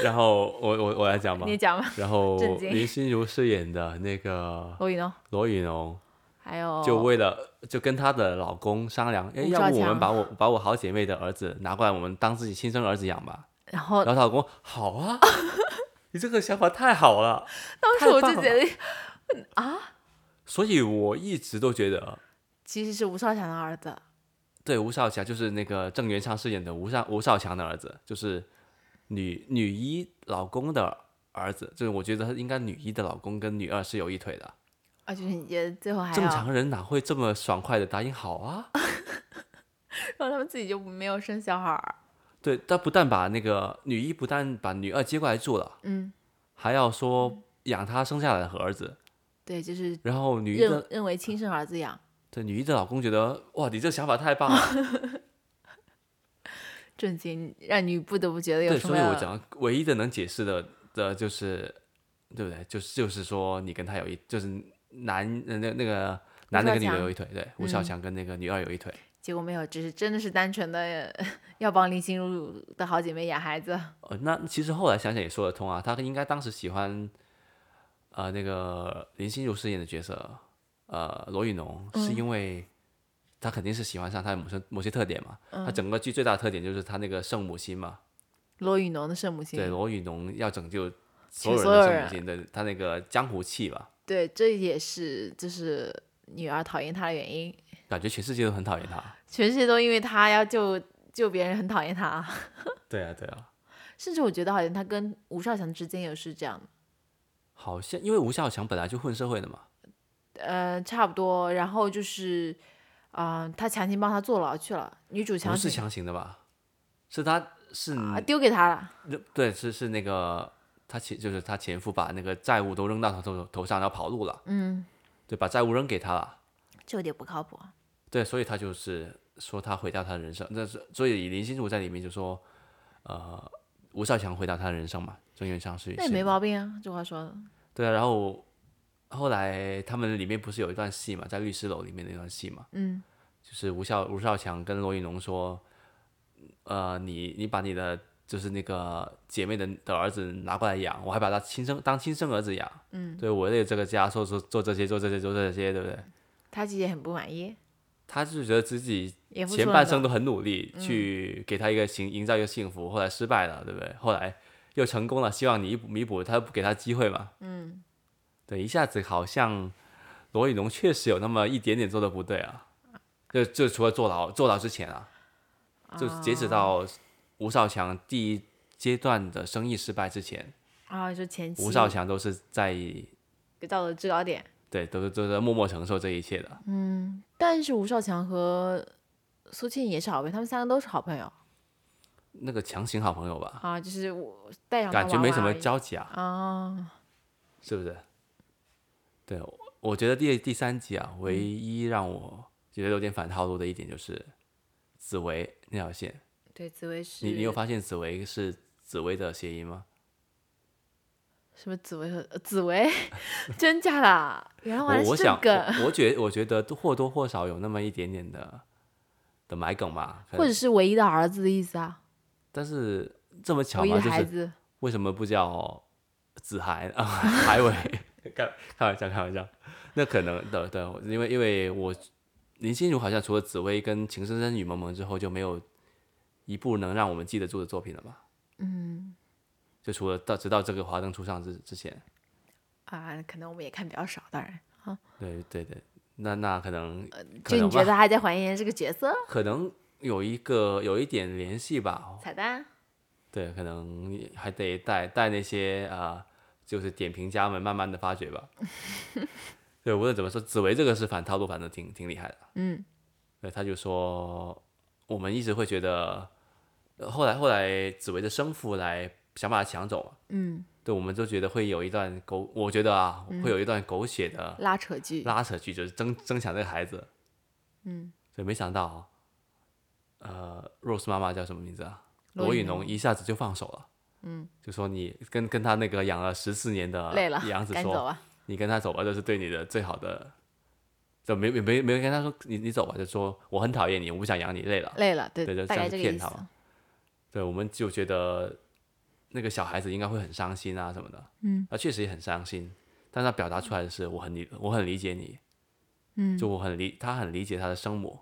Speaker 1: 然后我我我来讲吧
Speaker 2: 你。也讲吧，
Speaker 1: 然后
Speaker 2: 震惊
Speaker 1: 林心如饰演的那个
Speaker 2: 罗宇农，
Speaker 1: 罗宇农，
Speaker 2: 还有
Speaker 1: 就为了就跟她的老公商量，哎，
Speaker 2: 吴
Speaker 1: 要
Speaker 2: 兆
Speaker 1: 不我们
Speaker 2: 强
Speaker 1: 把我把我好姐妹的儿子拿过来，我们当自己亲生儿子养吧。
Speaker 2: 然后
Speaker 1: 然后她老公，好啊， (laughs) 你这个想法太好了。
Speaker 2: 当时我
Speaker 1: 太
Speaker 2: 就
Speaker 1: 棒
Speaker 2: 觉
Speaker 1: 了
Speaker 2: 得
Speaker 1: 所以我一直都觉得，
Speaker 2: 其实是吴少强的儿子，
Speaker 1: 对吴少强就是那个郑元畅饰演的吴少吴少强的儿子，就是女女一老公的儿子，就是我觉得他应该女一的老公跟女二是有一腿的。
Speaker 2: 啊，就是你觉得最后还
Speaker 1: 正
Speaker 2: 要
Speaker 1: 常人哪会这么爽快的答应好啊？
Speaker 2: 然后他们自己就没有生小孩儿，
Speaker 1: 对，他不但把那个女一不但把女二接过来住了，
Speaker 2: 嗯，
Speaker 1: 还要说养她生下来的和儿子。
Speaker 2: 对，就是
Speaker 1: 然后女一
Speaker 2: 认
Speaker 1: 的
Speaker 2: 认为亲生儿子养，
Speaker 1: 对女一的老公觉得哇，你这想法太棒了，
Speaker 2: 震惊，让你不得不觉得 (laughs) 有
Speaker 1: 对，
Speaker 2: 什
Speaker 1: 所
Speaker 2: 么
Speaker 1: 以我
Speaker 2: 样
Speaker 1: 讲唯一的能解释的的就是，对不对？就是就是说你跟他有一就是男呃那那个男的
Speaker 2: 少
Speaker 1: 跟女的
Speaker 2: 强
Speaker 1: 有一腿，对，吴少
Speaker 2: 嗯
Speaker 1: 强跟那个女二有一腿。
Speaker 2: 结果没有，只是真的是单纯的要帮林心如的好姐妹养孩子。
Speaker 1: 呃，那其实后来想想也说得通啊，他应该当时喜欢，呃，那个林心如饰演的角色，呃，罗宇农，
Speaker 2: 嗯
Speaker 1: 是因为他肯定是喜欢上他的某些某些特点嘛。
Speaker 2: 嗯
Speaker 1: 他整个剧最大的特点就是他那个圣母心嘛，
Speaker 2: 罗宇农的圣母心，
Speaker 1: 对，罗宇农要拯救所有人
Speaker 2: 所有
Speaker 1: 的圣母
Speaker 2: 人
Speaker 1: 心，对，他那个江湖气吧，
Speaker 2: 对这也是就是女儿讨厌他的原因，
Speaker 1: 感觉全世界都很讨厌他。
Speaker 2: 全世界都因为他要救救别人，很讨厌他。
Speaker 1: (laughs) 对啊，对啊，
Speaker 2: 甚至我觉得好像他跟吴少强之间也是这样的，
Speaker 1: 好像因为吴孝强本来就混社会的嘛，
Speaker 2: 呃，差不多。然后就是，啊、他强行帮他坐牢去了，女主强
Speaker 1: 不是
Speaker 2: 行
Speaker 1: 强嗯行的吧？是他是
Speaker 2: 啊丢给他了，
Speaker 1: 对，是是那个他前就是他前夫把那个债务都扔到他头头上，然后跑路了。嗯，对，把债务扔给他了。
Speaker 2: 这有点不靠谱。
Speaker 1: 对，所以他就是说他毁掉他的人生。那是所以林心如在里面就说，呃，吴少强毁掉他的人生嘛，郑元畅是
Speaker 2: 那也没毛病啊，这话说的。
Speaker 1: 对啊。然后后来他们里面不是有一段戏嘛，在律师楼里面那段戏嘛，
Speaker 2: 嗯，
Speaker 1: 就是吴少吴少强跟罗云龙说，呃，你你把你的就是那个姐妹的的儿子拿过来养，我还把他亲生当亲生儿子养，嗯，对我为了这个家做做做这些做这些做这些，对不对？
Speaker 2: 他其实也很不满意，
Speaker 1: 他就觉得自己
Speaker 2: 也付
Speaker 1: 前
Speaker 2: 出了
Speaker 1: 半
Speaker 2: 很多
Speaker 1: 生都很努力去给他一个行营造一个幸福，后来失败了，对不对？后来又成功了，希望你弥补，他不给他机会嘛，嗯，对，一下子好像罗宇龙确实有那么一点点做的不对啊，就就除了坐牢坐牢之前啊，就截止到吴少强第一阶段的生意失败之前，
Speaker 2: 啊，就前期
Speaker 1: 吴少强都是在
Speaker 2: 到了制高点。
Speaker 1: 对都是都是默默承受这一切的，
Speaker 2: 但是吴少强和苏庆也是好朋友，他们三个都是好朋友
Speaker 1: 那个强行好朋友吧，
Speaker 2: 啊，就是我带上他
Speaker 1: 感觉
Speaker 2: 玩
Speaker 1: 没
Speaker 2: 玩
Speaker 1: 什么
Speaker 2: 而已
Speaker 1: 交集啊。
Speaker 2: 啊，
Speaker 1: 是不是？对，我我觉得第第三集啊，
Speaker 2: 嗯
Speaker 1: 唯一让我觉得有点反套路的一点就是紫薇那条线。
Speaker 2: 对，紫薇是
Speaker 1: 你你有发现紫薇是紫薇的谐音吗？
Speaker 2: 什么紫薇和呃紫薇， (laughs) 真假的啊？原来我
Speaker 1: 我
Speaker 2: 还
Speaker 1: 我
Speaker 2: 是
Speaker 1: 想
Speaker 2: 这个，
Speaker 1: 我我觉我觉得或多或少有那么一点点的的埋梗吧，可
Speaker 2: 或
Speaker 1: 能
Speaker 2: 者是唯一的儿子的意思啊，
Speaker 1: 但是这么巧
Speaker 2: 唯一
Speaker 1: 吗？
Speaker 2: 的
Speaker 1: 就
Speaker 2: 孩
Speaker 1: 是
Speaker 2: 子。
Speaker 1: 为什么不叫子涵 (laughs) 啊？海伟，开开玩笑，开玩笑。那可能的，对，因为因为我林心如好像除了《紫薇》跟《情深深雨蒙蒙》之后，就没有一部能让我们记得住的作品了吧？
Speaker 2: 嗯
Speaker 1: 就除了到直到这个《华灯初上之》之前，
Speaker 2: 啊，可能我们也看比较少，当然，
Speaker 1: 对对对，那那可能可
Speaker 2: 就你
Speaker 1: 能
Speaker 2: 觉
Speaker 1: 吧，
Speaker 2: 得还在还原这个角色
Speaker 1: 可能有一个有一点联系吧，
Speaker 2: 彩蛋？
Speaker 1: 对，可能你还得带带那些啊、就是点评家们慢慢的发掘吧。对，无论怎么说，紫薇这个是反套路，反正挺挺厉害的。
Speaker 2: 嗯
Speaker 1: 对，他就说我们一直会觉得，呃后来后来紫薇的生父来想把他抢走嘛，
Speaker 2: 嗯，
Speaker 1: 对，我们都觉得会有一段狗，我觉得啊，会有一段狗血的
Speaker 2: 拉扯剧，
Speaker 1: 拉扯剧，就是争争抢这个孩子。
Speaker 2: 嗯，
Speaker 1: 所以没想到啊，呃，Rose 妈妈叫什么名字啊？
Speaker 2: 罗
Speaker 1: 罗
Speaker 2: 宇
Speaker 1: 宇农
Speaker 2: 农
Speaker 1: 一下子就放手了。嗯，就说你跟跟他那个养了十四年的
Speaker 2: 累了，
Speaker 1: 养子
Speaker 2: 赶紧走啊
Speaker 1: 说，
Speaker 2: 吧。
Speaker 1: 你跟他走吧，这是对你的最好的。就没没没没跟他说你你走吧，就说我很讨厌你，我不想养你，累了。
Speaker 2: 累了，对
Speaker 1: 对就
Speaker 2: 大
Speaker 1: 像
Speaker 2: 概
Speaker 1: 是
Speaker 2: 这个
Speaker 1: 骗
Speaker 2: 意
Speaker 1: 他
Speaker 2: 思。
Speaker 1: 嘛对，我们就觉得那个小孩子应该会很伤心啊什么的。
Speaker 2: 嗯，
Speaker 1: 他确实也很伤心，但他表达出来的是我很理我很理解你，嗯，就我很理他很理解他的生母，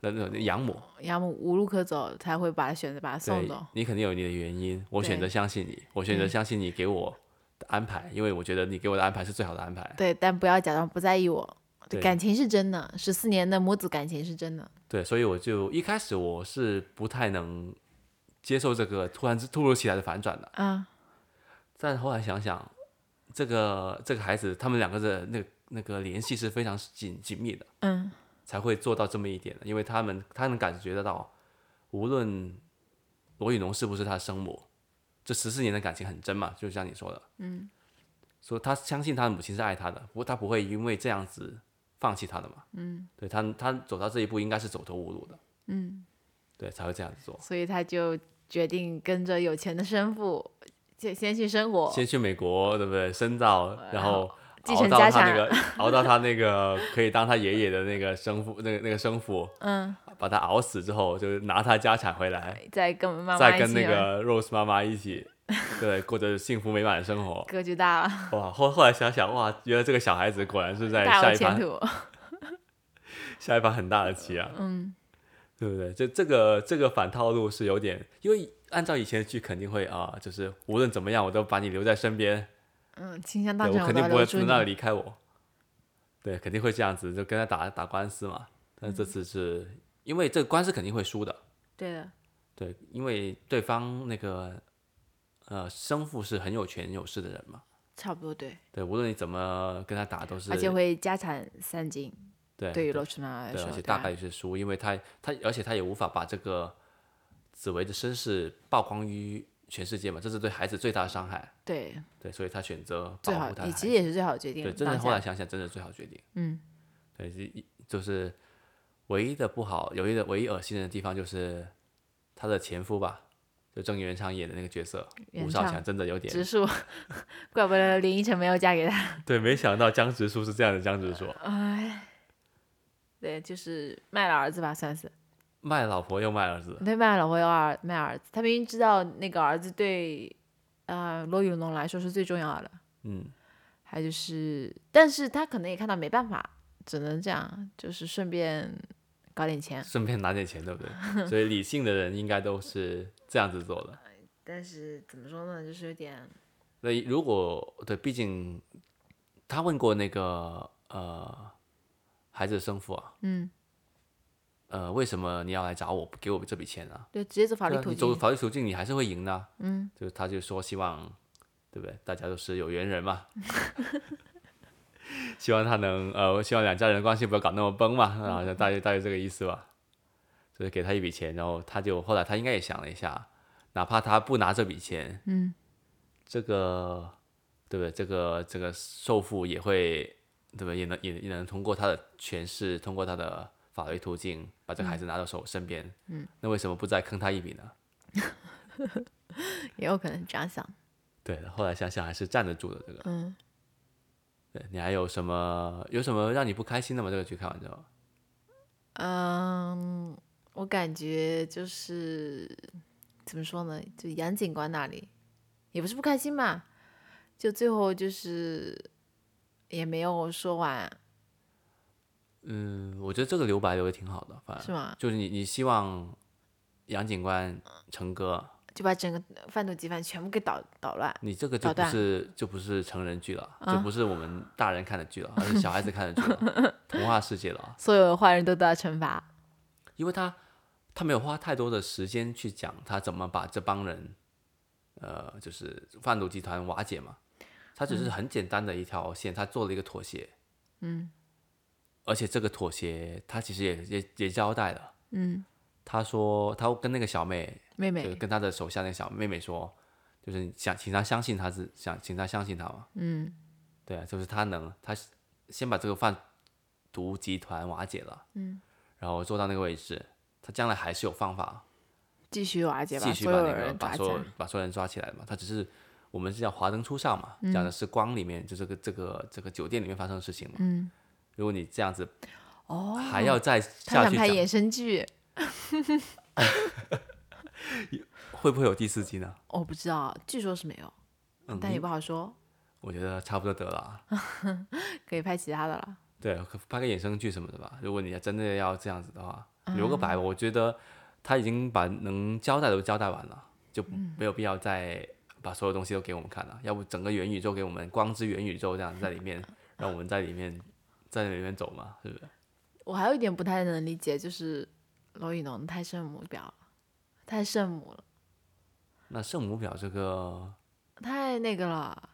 Speaker 1: 那那那养母，
Speaker 2: 要么无路可走，才会把选择把他送
Speaker 1: 对
Speaker 2: 走。，
Speaker 1: 你肯定有你的原因，我选
Speaker 2: 对嗯
Speaker 1: 择相信你，我选择相信你给我的安排，因为我觉得你给我的安排是最好的安排。
Speaker 2: 对，但不要假装不在意我。
Speaker 1: 对
Speaker 2: 感情是真的，十四年的母子感情是真的。
Speaker 1: 对，所以我就一开始我是不太能接受这个突然之突如其来的反转的，
Speaker 2: 啊，
Speaker 1: 但后来想想，这个这个孩子他们两个的那个那个联系是非常紧紧密的，
Speaker 2: 嗯
Speaker 1: 才会做到这么一点的，因为他们他能感觉得到，无论罗宇农是不是他生母，这十四年的感情很真嘛，就像你说的，嗯，说他相信他的母亲是爱他的，不过他不会因为这样子放弃他的嘛，嗯，对他他走到这一步应该是走投无路的，
Speaker 2: 嗯，
Speaker 1: 对，才会这样子做，
Speaker 2: 所以他就决定跟着有钱的生父，先先去生活，
Speaker 1: 先去美国，对不对？深造，然后
Speaker 2: 哎继
Speaker 1: 熬
Speaker 2: 承
Speaker 1: 到
Speaker 2: 家
Speaker 1: 他那
Speaker 2: (laughs)
Speaker 1: 个熬到他那个可以当他爷爷的那个生父，那个那个生父，
Speaker 2: 嗯，
Speaker 1: 把他熬死之后，就拿他家产回来，
Speaker 2: 再跟妈哎妈
Speaker 1: 再
Speaker 2: 一
Speaker 1: 跟
Speaker 2: 起啊
Speaker 1: 那
Speaker 2: 玩
Speaker 1: 个 Rose 妈妈一
Speaker 2: (laughs)
Speaker 1: 起，对，过着幸福美满的生活。
Speaker 2: 格局大了，
Speaker 1: 哇，后后来想想，哇，原来这个小孩子果然是在
Speaker 2: 大
Speaker 1: 下
Speaker 2: 有
Speaker 1: 一
Speaker 2: 前
Speaker 1: 盘
Speaker 2: 途。 (laughs)
Speaker 1: 下一盘很大的棋啊，
Speaker 2: 嗯，
Speaker 1: 对不对？这这个这个反套路是有点，因为按照以前的剧肯定会啊，就是无论怎么样，我都把你留在身边，
Speaker 2: 嗯，倾家
Speaker 1: 对
Speaker 2: 荡
Speaker 1: 我
Speaker 2: 产，
Speaker 1: 肯
Speaker 2: 都
Speaker 1: 定
Speaker 2: 要
Speaker 1: 不会
Speaker 2: 留住
Speaker 1: 不能让你
Speaker 2: 你。
Speaker 1: 离开我。对，肯定会这样子，就跟他打打官司嘛。但
Speaker 2: 嗯
Speaker 1: 这次是因为这个官司肯定会输的，
Speaker 2: 对的，
Speaker 1: 对，因为对方那个呃生父是很有权有势的人嘛，
Speaker 2: 差不多对，
Speaker 1: 对，无论你怎么跟他打都是
Speaker 2: 而且会家产散尽。
Speaker 1: 对
Speaker 2: 对于
Speaker 1: 对
Speaker 2: 罗春娜来
Speaker 1: 对，
Speaker 2: 说，
Speaker 1: 而且
Speaker 2: 对啊
Speaker 1: 大
Speaker 2: 吧
Speaker 1: 概率是输，因为他他而且他也无法把这个紫薇的身世曝光于全世界嘛，这是对孩子最大的伤害，
Speaker 2: 对
Speaker 1: 对，所以他选择
Speaker 2: 最
Speaker 1: 保
Speaker 2: 好
Speaker 1: 护，他的
Speaker 2: 也
Speaker 1: 孩
Speaker 2: 其
Speaker 1: 子
Speaker 2: 实也是最好的决定了。
Speaker 1: 对，真的
Speaker 2: 当
Speaker 1: 后来
Speaker 2: 下
Speaker 1: 想想，真的是最好决定，
Speaker 2: 嗯，
Speaker 1: 对，就一就是唯一的不好，唯一的唯一恶心的地方就是她的前夫吧。就郑元畅演的那个角色，
Speaker 2: 袁
Speaker 1: 吴少
Speaker 2: 畅
Speaker 1: 强真的有点
Speaker 2: 植树， (laughs) 怪不得林依晨没有嫁给他。
Speaker 1: 对，没想到江直树是这样的江直树，
Speaker 2: 哎， (laughs) 对，就是卖了儿子吧，算是
Speaker 1: 卖老婆又卖儿子，
Speaker 2: 对卖了老婆又儿卖儿子。他明明知道那个儿子对呃罗宇农来说是最重要的，
Speaker 1: 嗯，
Speaker 2: 还就是，但是他可能也看到没办法，只能这样，就是顺便搞点钱。
Speaker 1: 顺便拿点钱，对不
Speaker 2: (laughs)
Speaker 1: 对？所以理性的人应该都是这样子做的。
Speaker 2: 但是怎么说呢，就是有点
Speaker 1: 那如果对，毕竟他问过那个呃孩子的生父啊，
Speaker 2: 嗯，
Speaker 1: 呃，为什么你要来找我，给我这笔钱啊？
Speaker 2: 对，直接走法律
Speaker 1: 对啊
Speaker 2: 途
Speaker 1: 你走
Speaker 2: 径。
Speaker 1: 法律途径，你还是会赢的啊、
Speaker 2: 嗯，
Speaker 1: 就是他就说希望，对不对？大家都是有缘人
Speaker 2: (laughs)
Speaker 1: 嘛，希望他能呃，希望两家人关系不要搞那么崩嘛，好
Speaker 2: 嗯
Speaker 1: 像大约大约这个意思吧。就是给他一笔钱，然后他就后来他应该也想了一下，哪怕他不拿这笔钱，
Speaker 2: 嗯，
Speaker 1: 这个对不对？这个这个受父也会对不对？也能也也能通过他的权势，通过他的法律途径把这
Speaker 2: 嗯
Speaker 1: 个孩子拿到手身边，嗯，那为什么不再坑他一笔呢？
Speaker 2: 也有可能这样想。
Speaker 1: 对，后来想想还是站得住的这个。
Speaker 2: 嗯，
Speaker 1: 对你还有什么有什么让你不开心的吗？这个剧看完之后，
Speaker 2: 嗯，我感觉就是怎么说呢，就杨警官那里也不是不开心吧，就最后就是也没有说完，
Speaker 1: 嗯，我觉得这个留白留的挺好的，反
Speaker 2: 是
Speaker 1: 正
Speaker 2: 吗？
Speaker 1: 就是你你希望杨警官、成哥，
Speaker 2: 就把整个贩毒集团全部给捣捣乱。
Speaker 1: 你这个就
Speaker 2: 捣
Speaker 1: 不
Speaker 2: 蛋嗯
Speaker 1: 是就不是成人剧了，就不是我们大人看的剧了，而是小孩子看的剧
Speaker 2: (laughs)
Speaker 1: 了，童话世界了啊，
Speaker 2: 所有的坏人都得到惩罚。
Speaker 1: 因为他他没有花太多的时间去讲他怎么把这帮人，呃，就是贩毒集团瓦解嘛，他只是很简单的一条线，他做了一个妥协，嗯，而且这个妥协他其实也也也交代了，
Speaker 2: 嗯，
Speaker 1: 他说他跟那个小妹
Speaker 2: 妹
Speaker 1: 就
Speaker 2: 妹，
Speaker 1: 跟他的手下那个小妹妹说，就是想请他相信他是想请他相信他嘛。嗯，对啊，就是他能，他先把这个贩毒集团瓦解了，嗯，然后做到那个位置，他将来还是有方法
Speaker 2: 继续瓦解吧，
Speaker 1: 继续
Speaker 2: 所
Speaker 1: 把
Speaker 2: 有
Speaker 1: 那个
Speaker 2: 人
Speaker 1: 把
Speaker 2: 抓起
Speaker 1: 所有
Speaker 2: 来。
Speaker 1: 把所有人抓起来嘛。他只是我们是叫华灯初上嘛，
Speaker 2: 嗯
Speaker 1: 讲的是光里面就这个这个这个酒店里面发生的事情嘛。嗯，如果你这样子。哦，还要再
Speaker 2: 他
Speaker 1: 下
Speaker 2: 想
Speaker 1: 去
Speaker 2: 拍
Speaker 1: 讲，
Speaker 2: 衍生剧，
Speaker 1: 会不会有第四季呢？
Speaker 2: 我不知道，据说是没有，
Speaker 1: 嗯，
Speaker 2: 但也不好说，
Speaker 1: 我觉得差不多得了啊。
Speaker 2: 可以拍其他的了。
Speaker 1: 对，可拍个衍生剧什么的吧。如果你真的要这样子的话，留个白，我觉得他已经把能交代的都交代完了，就不没有必要再把所有东西都给我们看了。要不整个元宇宙给我们光之元宇宙这样在里面，让我们在里面在里面走嘛，是不是？
Speaker 2: 我还有一点不太能理解，就是罗宇农太圣母婊了，太圣母了，
Speaker 1: 那圣母婊这个，
Speaker 2: 太那个了。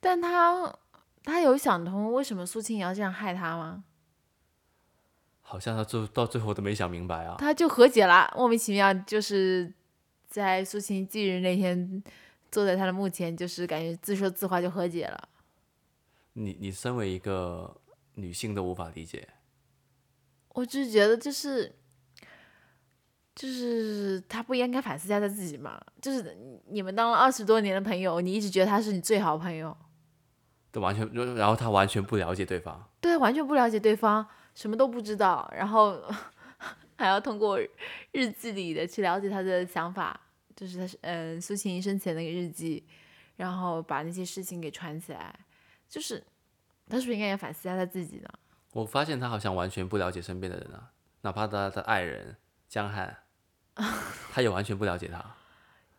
Speaker 2: 但他他有想通为什么苏青瑶这样害他吗？
Speaker 1: 好像他最到最后都没想明白啊。
Speaker 2: 他就和解了，莫名其妙就是在苏秦忌日那天坐在他的墓前，就是感觉自说自话就和解了。
Speaker 1: 你你身为一个女性都无法理解，
Speaker 2: 我只是觉得就是就是他不应该反思一下他自己嘛，就是你们当了二十多年的朋友，你一直觉得他是你最好朋友，
Speaker 1: 都完全，然后他完全不了解对方。
Speaker 2: 对，完全不了解对方，什么都不知道，然后 (laughs) 还要通过日记里的去了解他的想法，就是他是嗯苏秦生前那个日记，然后把那些事情给串起来，就是他是不是应该也反思一下他自己呢？
Speaker 1: 我发现他好像完全不了解身边的人啊，哪怕他的爱人江汉，
Speaker 2: (laughs)
Speaker 1: 他也完全不了解他。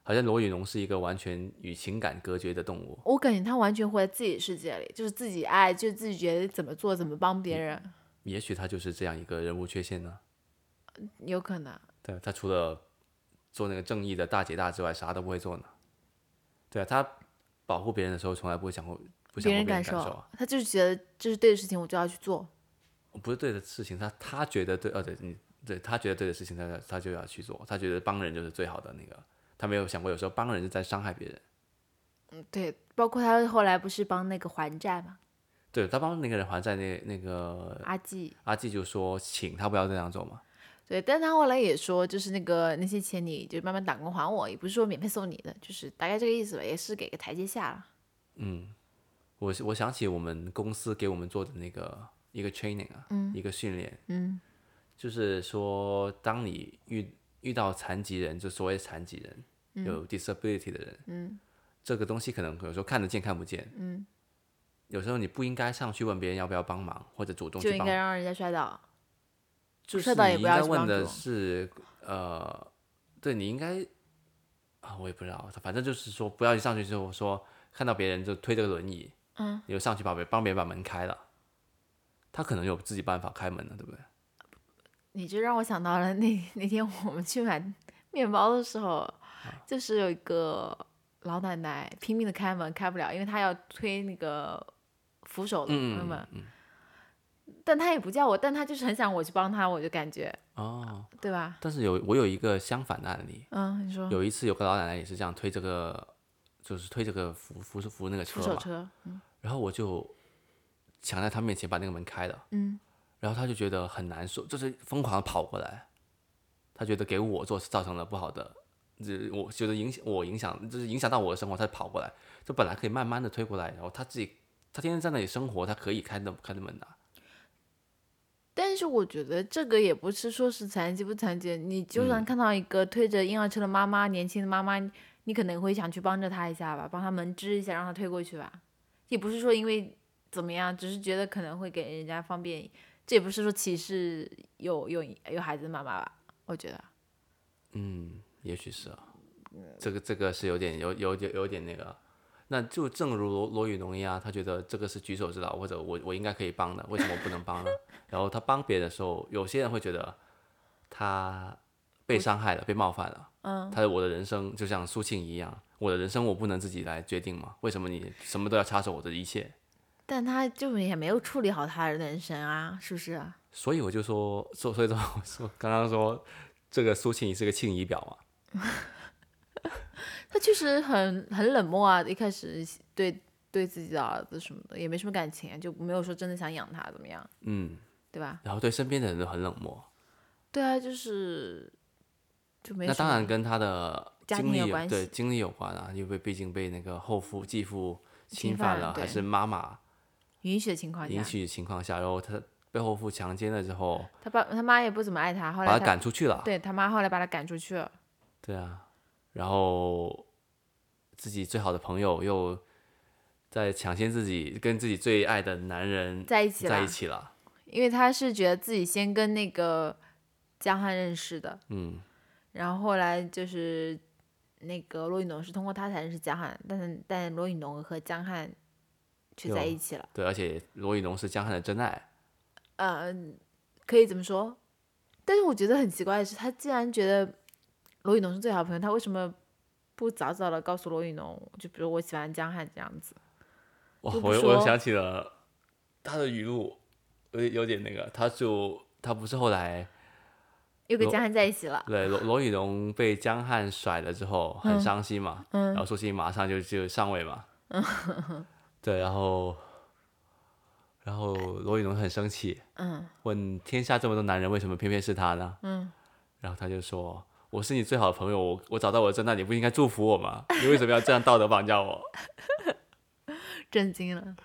Speaker 1: 好像罗宇农是一个完全与情感隔绝的动物。
Speaker 2: 我感觉他完全活在自己世界里，就是自己爱，就自己觉得怎么做怎么帮别人，
Speaker 1: 也许他就是这样一个人物缺陷呢。
Speaker 2: 有可能。
Speaker 1: 对，他除了做那个正义的大姐大之外，啥都不会做呢。对啊，他保护别人的时候，从来不会想过不想过
Speaker 2: 别人
Speaker 1: 人
Speaker 2: 感
Speaker 1: 受啊。
Speaker 2: 他就是觉得这是对的事情，我就要去做。
Speaker 1: 不是对的事情，他他觉得对，呃、对，你对他觉得对的事情，他他就要去做。他觉得帮人就是最好的那个，他没有想过有时候帮人是在伤害别人。
Speaker 2: 嗯，对，包括他后来不是帮那个还债嘛，
Speaker 1: 对他帮那个人还债，那那个
Speaker 2: 阿纪，
Speaker 1: 阿纪就说，请他不要这样做嘛。
Speaker 2: 对，但他后来也说，就是那个那些钱你就慢慢打工还我，也不是说免费送你的，就是大概这个意思吧，也是给个台阶下了。
Speaker 1: 嗯我我想起我们公司给我们做的那个一个 training 啊，一个训练，嗯，就是说当你遇遇到残疾人，就所谓残疾人、有 disability 的人，嗯，这个东西可能有时候看得见看不见，嗯，有时候你不应该上去问别人要不要帮忙，或者主动
Speaker 2: 就
Speaker 1: 去
Speaker 2: 应
Speaker 1: 帮
Speaker 2: 该让人家摔倒。
Speaker 1: 就是
Speaker 2: 摔倒
Speaker 1: 你
Speaker 2: 也不
Speaker 1: 应
Speaker 2: 要
Speaker 1: 该
Speaker 2: 去
Speaker 1: 问
Speaker 2: 帮
Speaker 1: 的
Speaker 2: 助
Speaker 1: 是，呃，对你应该啊，我也不知道，反正就是说不要一上去之后说看到别人就推这个轮椅，嗯，你就上去把别帮别人把门开了，他可能有自己办法开门了，对不对？
Speaker 2: 你就让我想到了那 (laughs) 那天我们去买面包的时候，
Speaker 1: 啊
Speaker 2: 就是有一个老奶奶拼命的开门，开不了，因为她要推那个扶手的
Speaker 1: 嗯
Speaker 2: 那门，但她也不叫我，但她就是很想我去帮她，我就感觉
Speaker 1: 哦，
Speaker 2: 对吧？
Speaker 1: 但是有我有一个相反的案例，
Speaker 2: 嗯，你说
Speaker 1: 有一次有个老奶奶也是这样推这个，就是推这个扶扶扶那个车
Speaker 2: 扶手
Speaker 1: 嘛，
Speaker 2: 车，
Speaker 1: 然后我就抢在他面前把那个门开了，嗯，然后他就觉得很难受，就是疯狂的跑过来，他觉得给我做造成了不好的，这我觉得影响我影响就是影响到我的生活，他跑过来，就本来可以慢慢的推过来，然后他自己他天天在那里生活，他可以开的开的门的，
Speaker 2: 但是我觉得这个也不是说是残疾不残疾，你就算看到一个推着婴儿车的妈妈，年轻的妈妈，你可能会想去帮着她一下吧，帮她门支一下，让她推过去吧。也不是说因为怎么样，只是觉得可能会给人家方便这也不是说歧视有有有孩子的妈妈吧？我觉得，
Speaker 1: 嗯，也许是啊，这个这个是有点有有点有点那个，啊那就正如罗罗宇农一样，他觉得这个是举手之劳，或者我我应该可以帮的，为什么我不能帮呢？然后他帮别人的时候，有些人会觉得他被伤害了，被冒犯了，嗯，他的我的人生就像苏庆仪一样，我的人生我不能自己来决定吗？为什么你什么都要插手我的一切？
Speaker 2: 但他就也没有处理好他的人生啊，是不是？
Speaker 1: 所以我就说， (laughs) 所所以说我说刚刚说这个苏庆仪是个庆仪表嘛，
Speaker 2: 他确实很很冷漠啊，一开始对对自己的儿子什么的也没什么感情，啊就没有说真的想养他怎么样，
Speaker 1: 嗯，
Speaker 2: 对吧？
Speaker 1: 然后对身边的人都很冷漠，
Speaker 2: 对啊，就是就没
Speaker 1: 那
Speaker 2: 什
Speaker 1: 当
Speaker 2: 么
Speaker 1: 然跟他的
Speaker 2: 家
Speaker 1: 经
Speaker 2: 庭
Speaker 1: 历
Speaker 2: 有关
Speaker 1: 对
Speaker 2: 系
Speaker 1: 经历有关啊，因为毕竟被那个后父、继父侵
Speaker 2: 侵
Speaker 1: 犯
Speaker 2: 犯
Speaker 1: 了，还
Speaker 2: 对
Speaker 1: 是妈妈
Speaker 2: 允许的情况下
Speaker 1: 允，许情况下，然后他被后父强奸了之后，
Speaker 2: 他爸他妈也不怎么爱他，后
Speaker 1: 把
Speaker 2: 来
Speaker 1: 他
Speaker 2: 他
Speaker 1: 赶出去了。
Speaker 2: 对他妈后来把他赶出去了，
Speaker 1: 对啊，然后自己最好的朋友又在抢先自己跟自己最爱的男人
Speaker 2: 在一起了，
Speaker 1: 在一起了。
Speaker 2: 因为他是觉得自己先跟那个江汉认识的，
Speaker 1: 嗯，
Speaker 2: 然后后来就是那个罗宇农是通过他才认识江汉，但是但罗宇农和江汉却在
Speaker 1: 哟
Speaker 2: 一起了。
Speaker 1: 对，而且罗宇农是江汉的真爱。
Speaker 2: 嗯，可以这么说。但是我觉得很奇怪的是，他既然觉得罗宇农是最好的朋友，他为什么不早早的告诉罗宇农？就比如我喜欢江汉这样子，
Speaker 1: 哇，
Speaker 2: 就不
Speaker 1: 我又我又
Speaker 2: 说
Speaker 1: 想起了他的语录，有点有点那个，他就他不是后来。
Speaker 2: 又跟
Speaker 1: 罗
Speaker 2: 江汉在一起了。
Speaker 1: 对，罗罗宇农被江汉甩了之后，
Speaker 2: 嗯
Speaker 1: 很伤心嘛，然后苏欣马上就就上位嘛，
Speaker 2: 嗯
Speaker 1: 对，然后然后罗宇农很生气，
Speaker 2: 嗯，
Speaker 1: 问天下这么多男人，为什么偏偏是他呢？
Speaker 2: 嗯，
Speaker 1: 然后他就说。我是你最好的朋友，我我找到我的真爱，你不应该祝福我吗？你为什么要这样道德绑架我？ (laughs)
Speaker 2: 震惊了。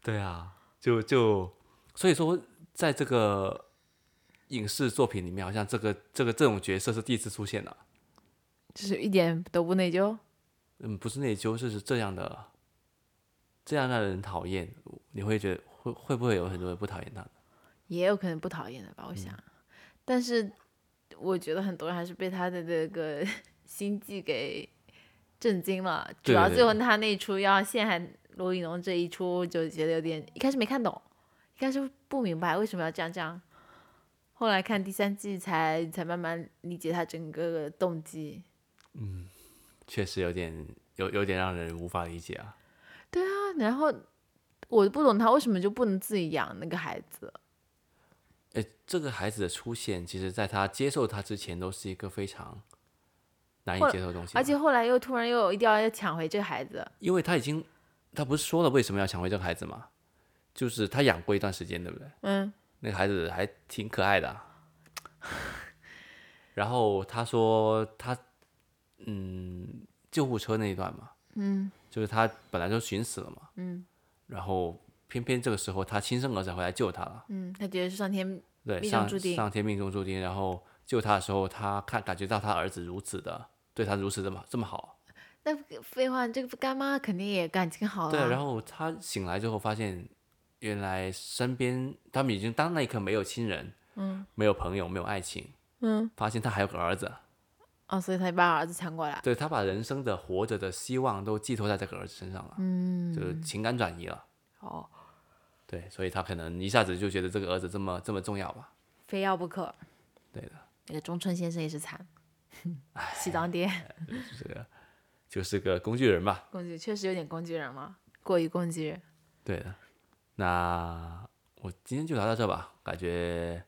Speaker 1: 对啊，就就所以说，在这个影视作品里面，好像这个这个这种角色是第一次出现啊的。
Speaker 2: 就是一点都不内疚，
Speaker 1: 嗯，不是内疚，就是这样的，这样让人讨厌，你会觉得会会不会有很多人不讨厌他？
Speaker 2: 也有可能不讨厌的吧，我
Speaker 1: 嗯
Speaker 2: 想。但是我觉得很多人还是被他的那个 (laughs) 心计给震惊了，主
Speaker 1: 对
Speaker 2: 要
Speaker 1: 对
Speaker 2: 最后他那一出要陷害罗云龙这一出，就觉得有点一开始没看懂，一开始不明白为什么要这样这样，后来看第三季才才慢慢理解他整个的动机。
Speaker 1: 确实有点有有点让人无法理解啊。
Speaker 2: 然后我不懂他为什么就不能自己养那个孩子，
Speaker 1: 诶，这个孩子的出现，其实在他接受他之前，都是一个非常难以
Speaker 2: 或
Speaker 1: 接受的东西嘛，
Speaker 2: 而且后来又突然又一定要要抢回这个孩子，
Speaker 1: 因为他已经他不是说了为什么要抢回这个孩子吗？就是他养过一段时间，对不对？
Speaker 2: 嗯。
Speaker 1: 那个孩子还挺可爱的啊、然后他说他，嗯，救护车那一段嘛，嗯，就是他本来就寻死了嘛，嗯，然后偏偏这个时候他亲生儿子回来救他了，
Speaker 2: 嗯，他觉得是上天，
Speaker 1: 对，
Speaker 2: 命中
Speaker 1: 上
Speaker 2: 注定
Speaker 1: 上天命中注定。然后救他的时候，他看感觉到他儿子如此的对他如此这么这么好，
Speaker 2: 那废话，这个干妈肯定也感情好
Speaker 1: 对啊。
Speaker 2: 了。
Speaker 1: 然
Speaker 2: 后
Speaker 1: 后他醒来之后发现，原来身边他们已经当那一刻没有亲人，嗯，没有朋友，没有爱情，
Speaker 2: 嗯，
Speaker 1: 发现他还有个儿子。
Speaker 2: 哦，所以他把儿子抢过来。
Speaker 1: 对他把人生的活着的希望都寄托在这个儿子身上了，
Speaker 2: 嗯，
Speaker 1: 就是情感转移了。
Speaker 2: 哦，
Speaker 1: 对，所以他可能一下子就觉得这个儿子这么这么重要吧。
Speaker 2: 非要不可。
Speaker 1: 对的，
Speaker 2: 那个中村先生也
Speaker 1: (laughs)
Speaker 2: 是惨，喜当爹，
Speaker 1: 这个就是个工具人吧。
Speaker 2: 工具确实有点工具人了，过于工具人。
Speaker 1: 对的，那我今天就聊到这吧。感觉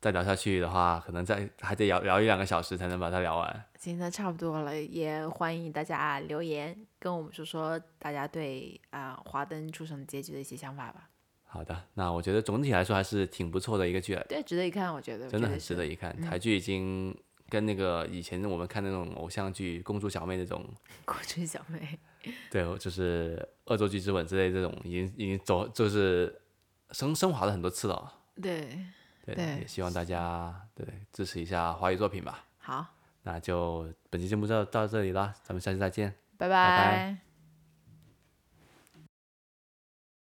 Speaker 1: 再聊下去的话，可能再还得聊聊一两个小时才能把它聊完。
Speaker 2: 今天差不多了，也欢迎大家留言跟我们说说大家对啊、华灯初上的结局的一些想法吧。
Speaker 1: 好的，那我觉得总体来说还是挺不错的一个剧来，
Speaker 2: 对，值得一看，我觉得
Speaker 1: 真的很值
Speaker 2: 是嗯
Speaker 1: 得一看。台剧已经跟那个以前我们看那种偶像剧《公主小妹》那种
Speaker 2: 过去小妹，
Speaker 1: 对，就是《恶作剧之吻》之类这种，已经已经走就是升升华了很多次了。
Speaker 2: 对，
Speaker 1: 对，
Speaker 2: 对
Speaker 1: 也希望大家对支持一下华语作品吧。
Speaker 2: 好，
Speaker 1: 那就本期节目就到到这里啦，咱们下期再见。
Speaker 2: 拜
Speaker 1: 拜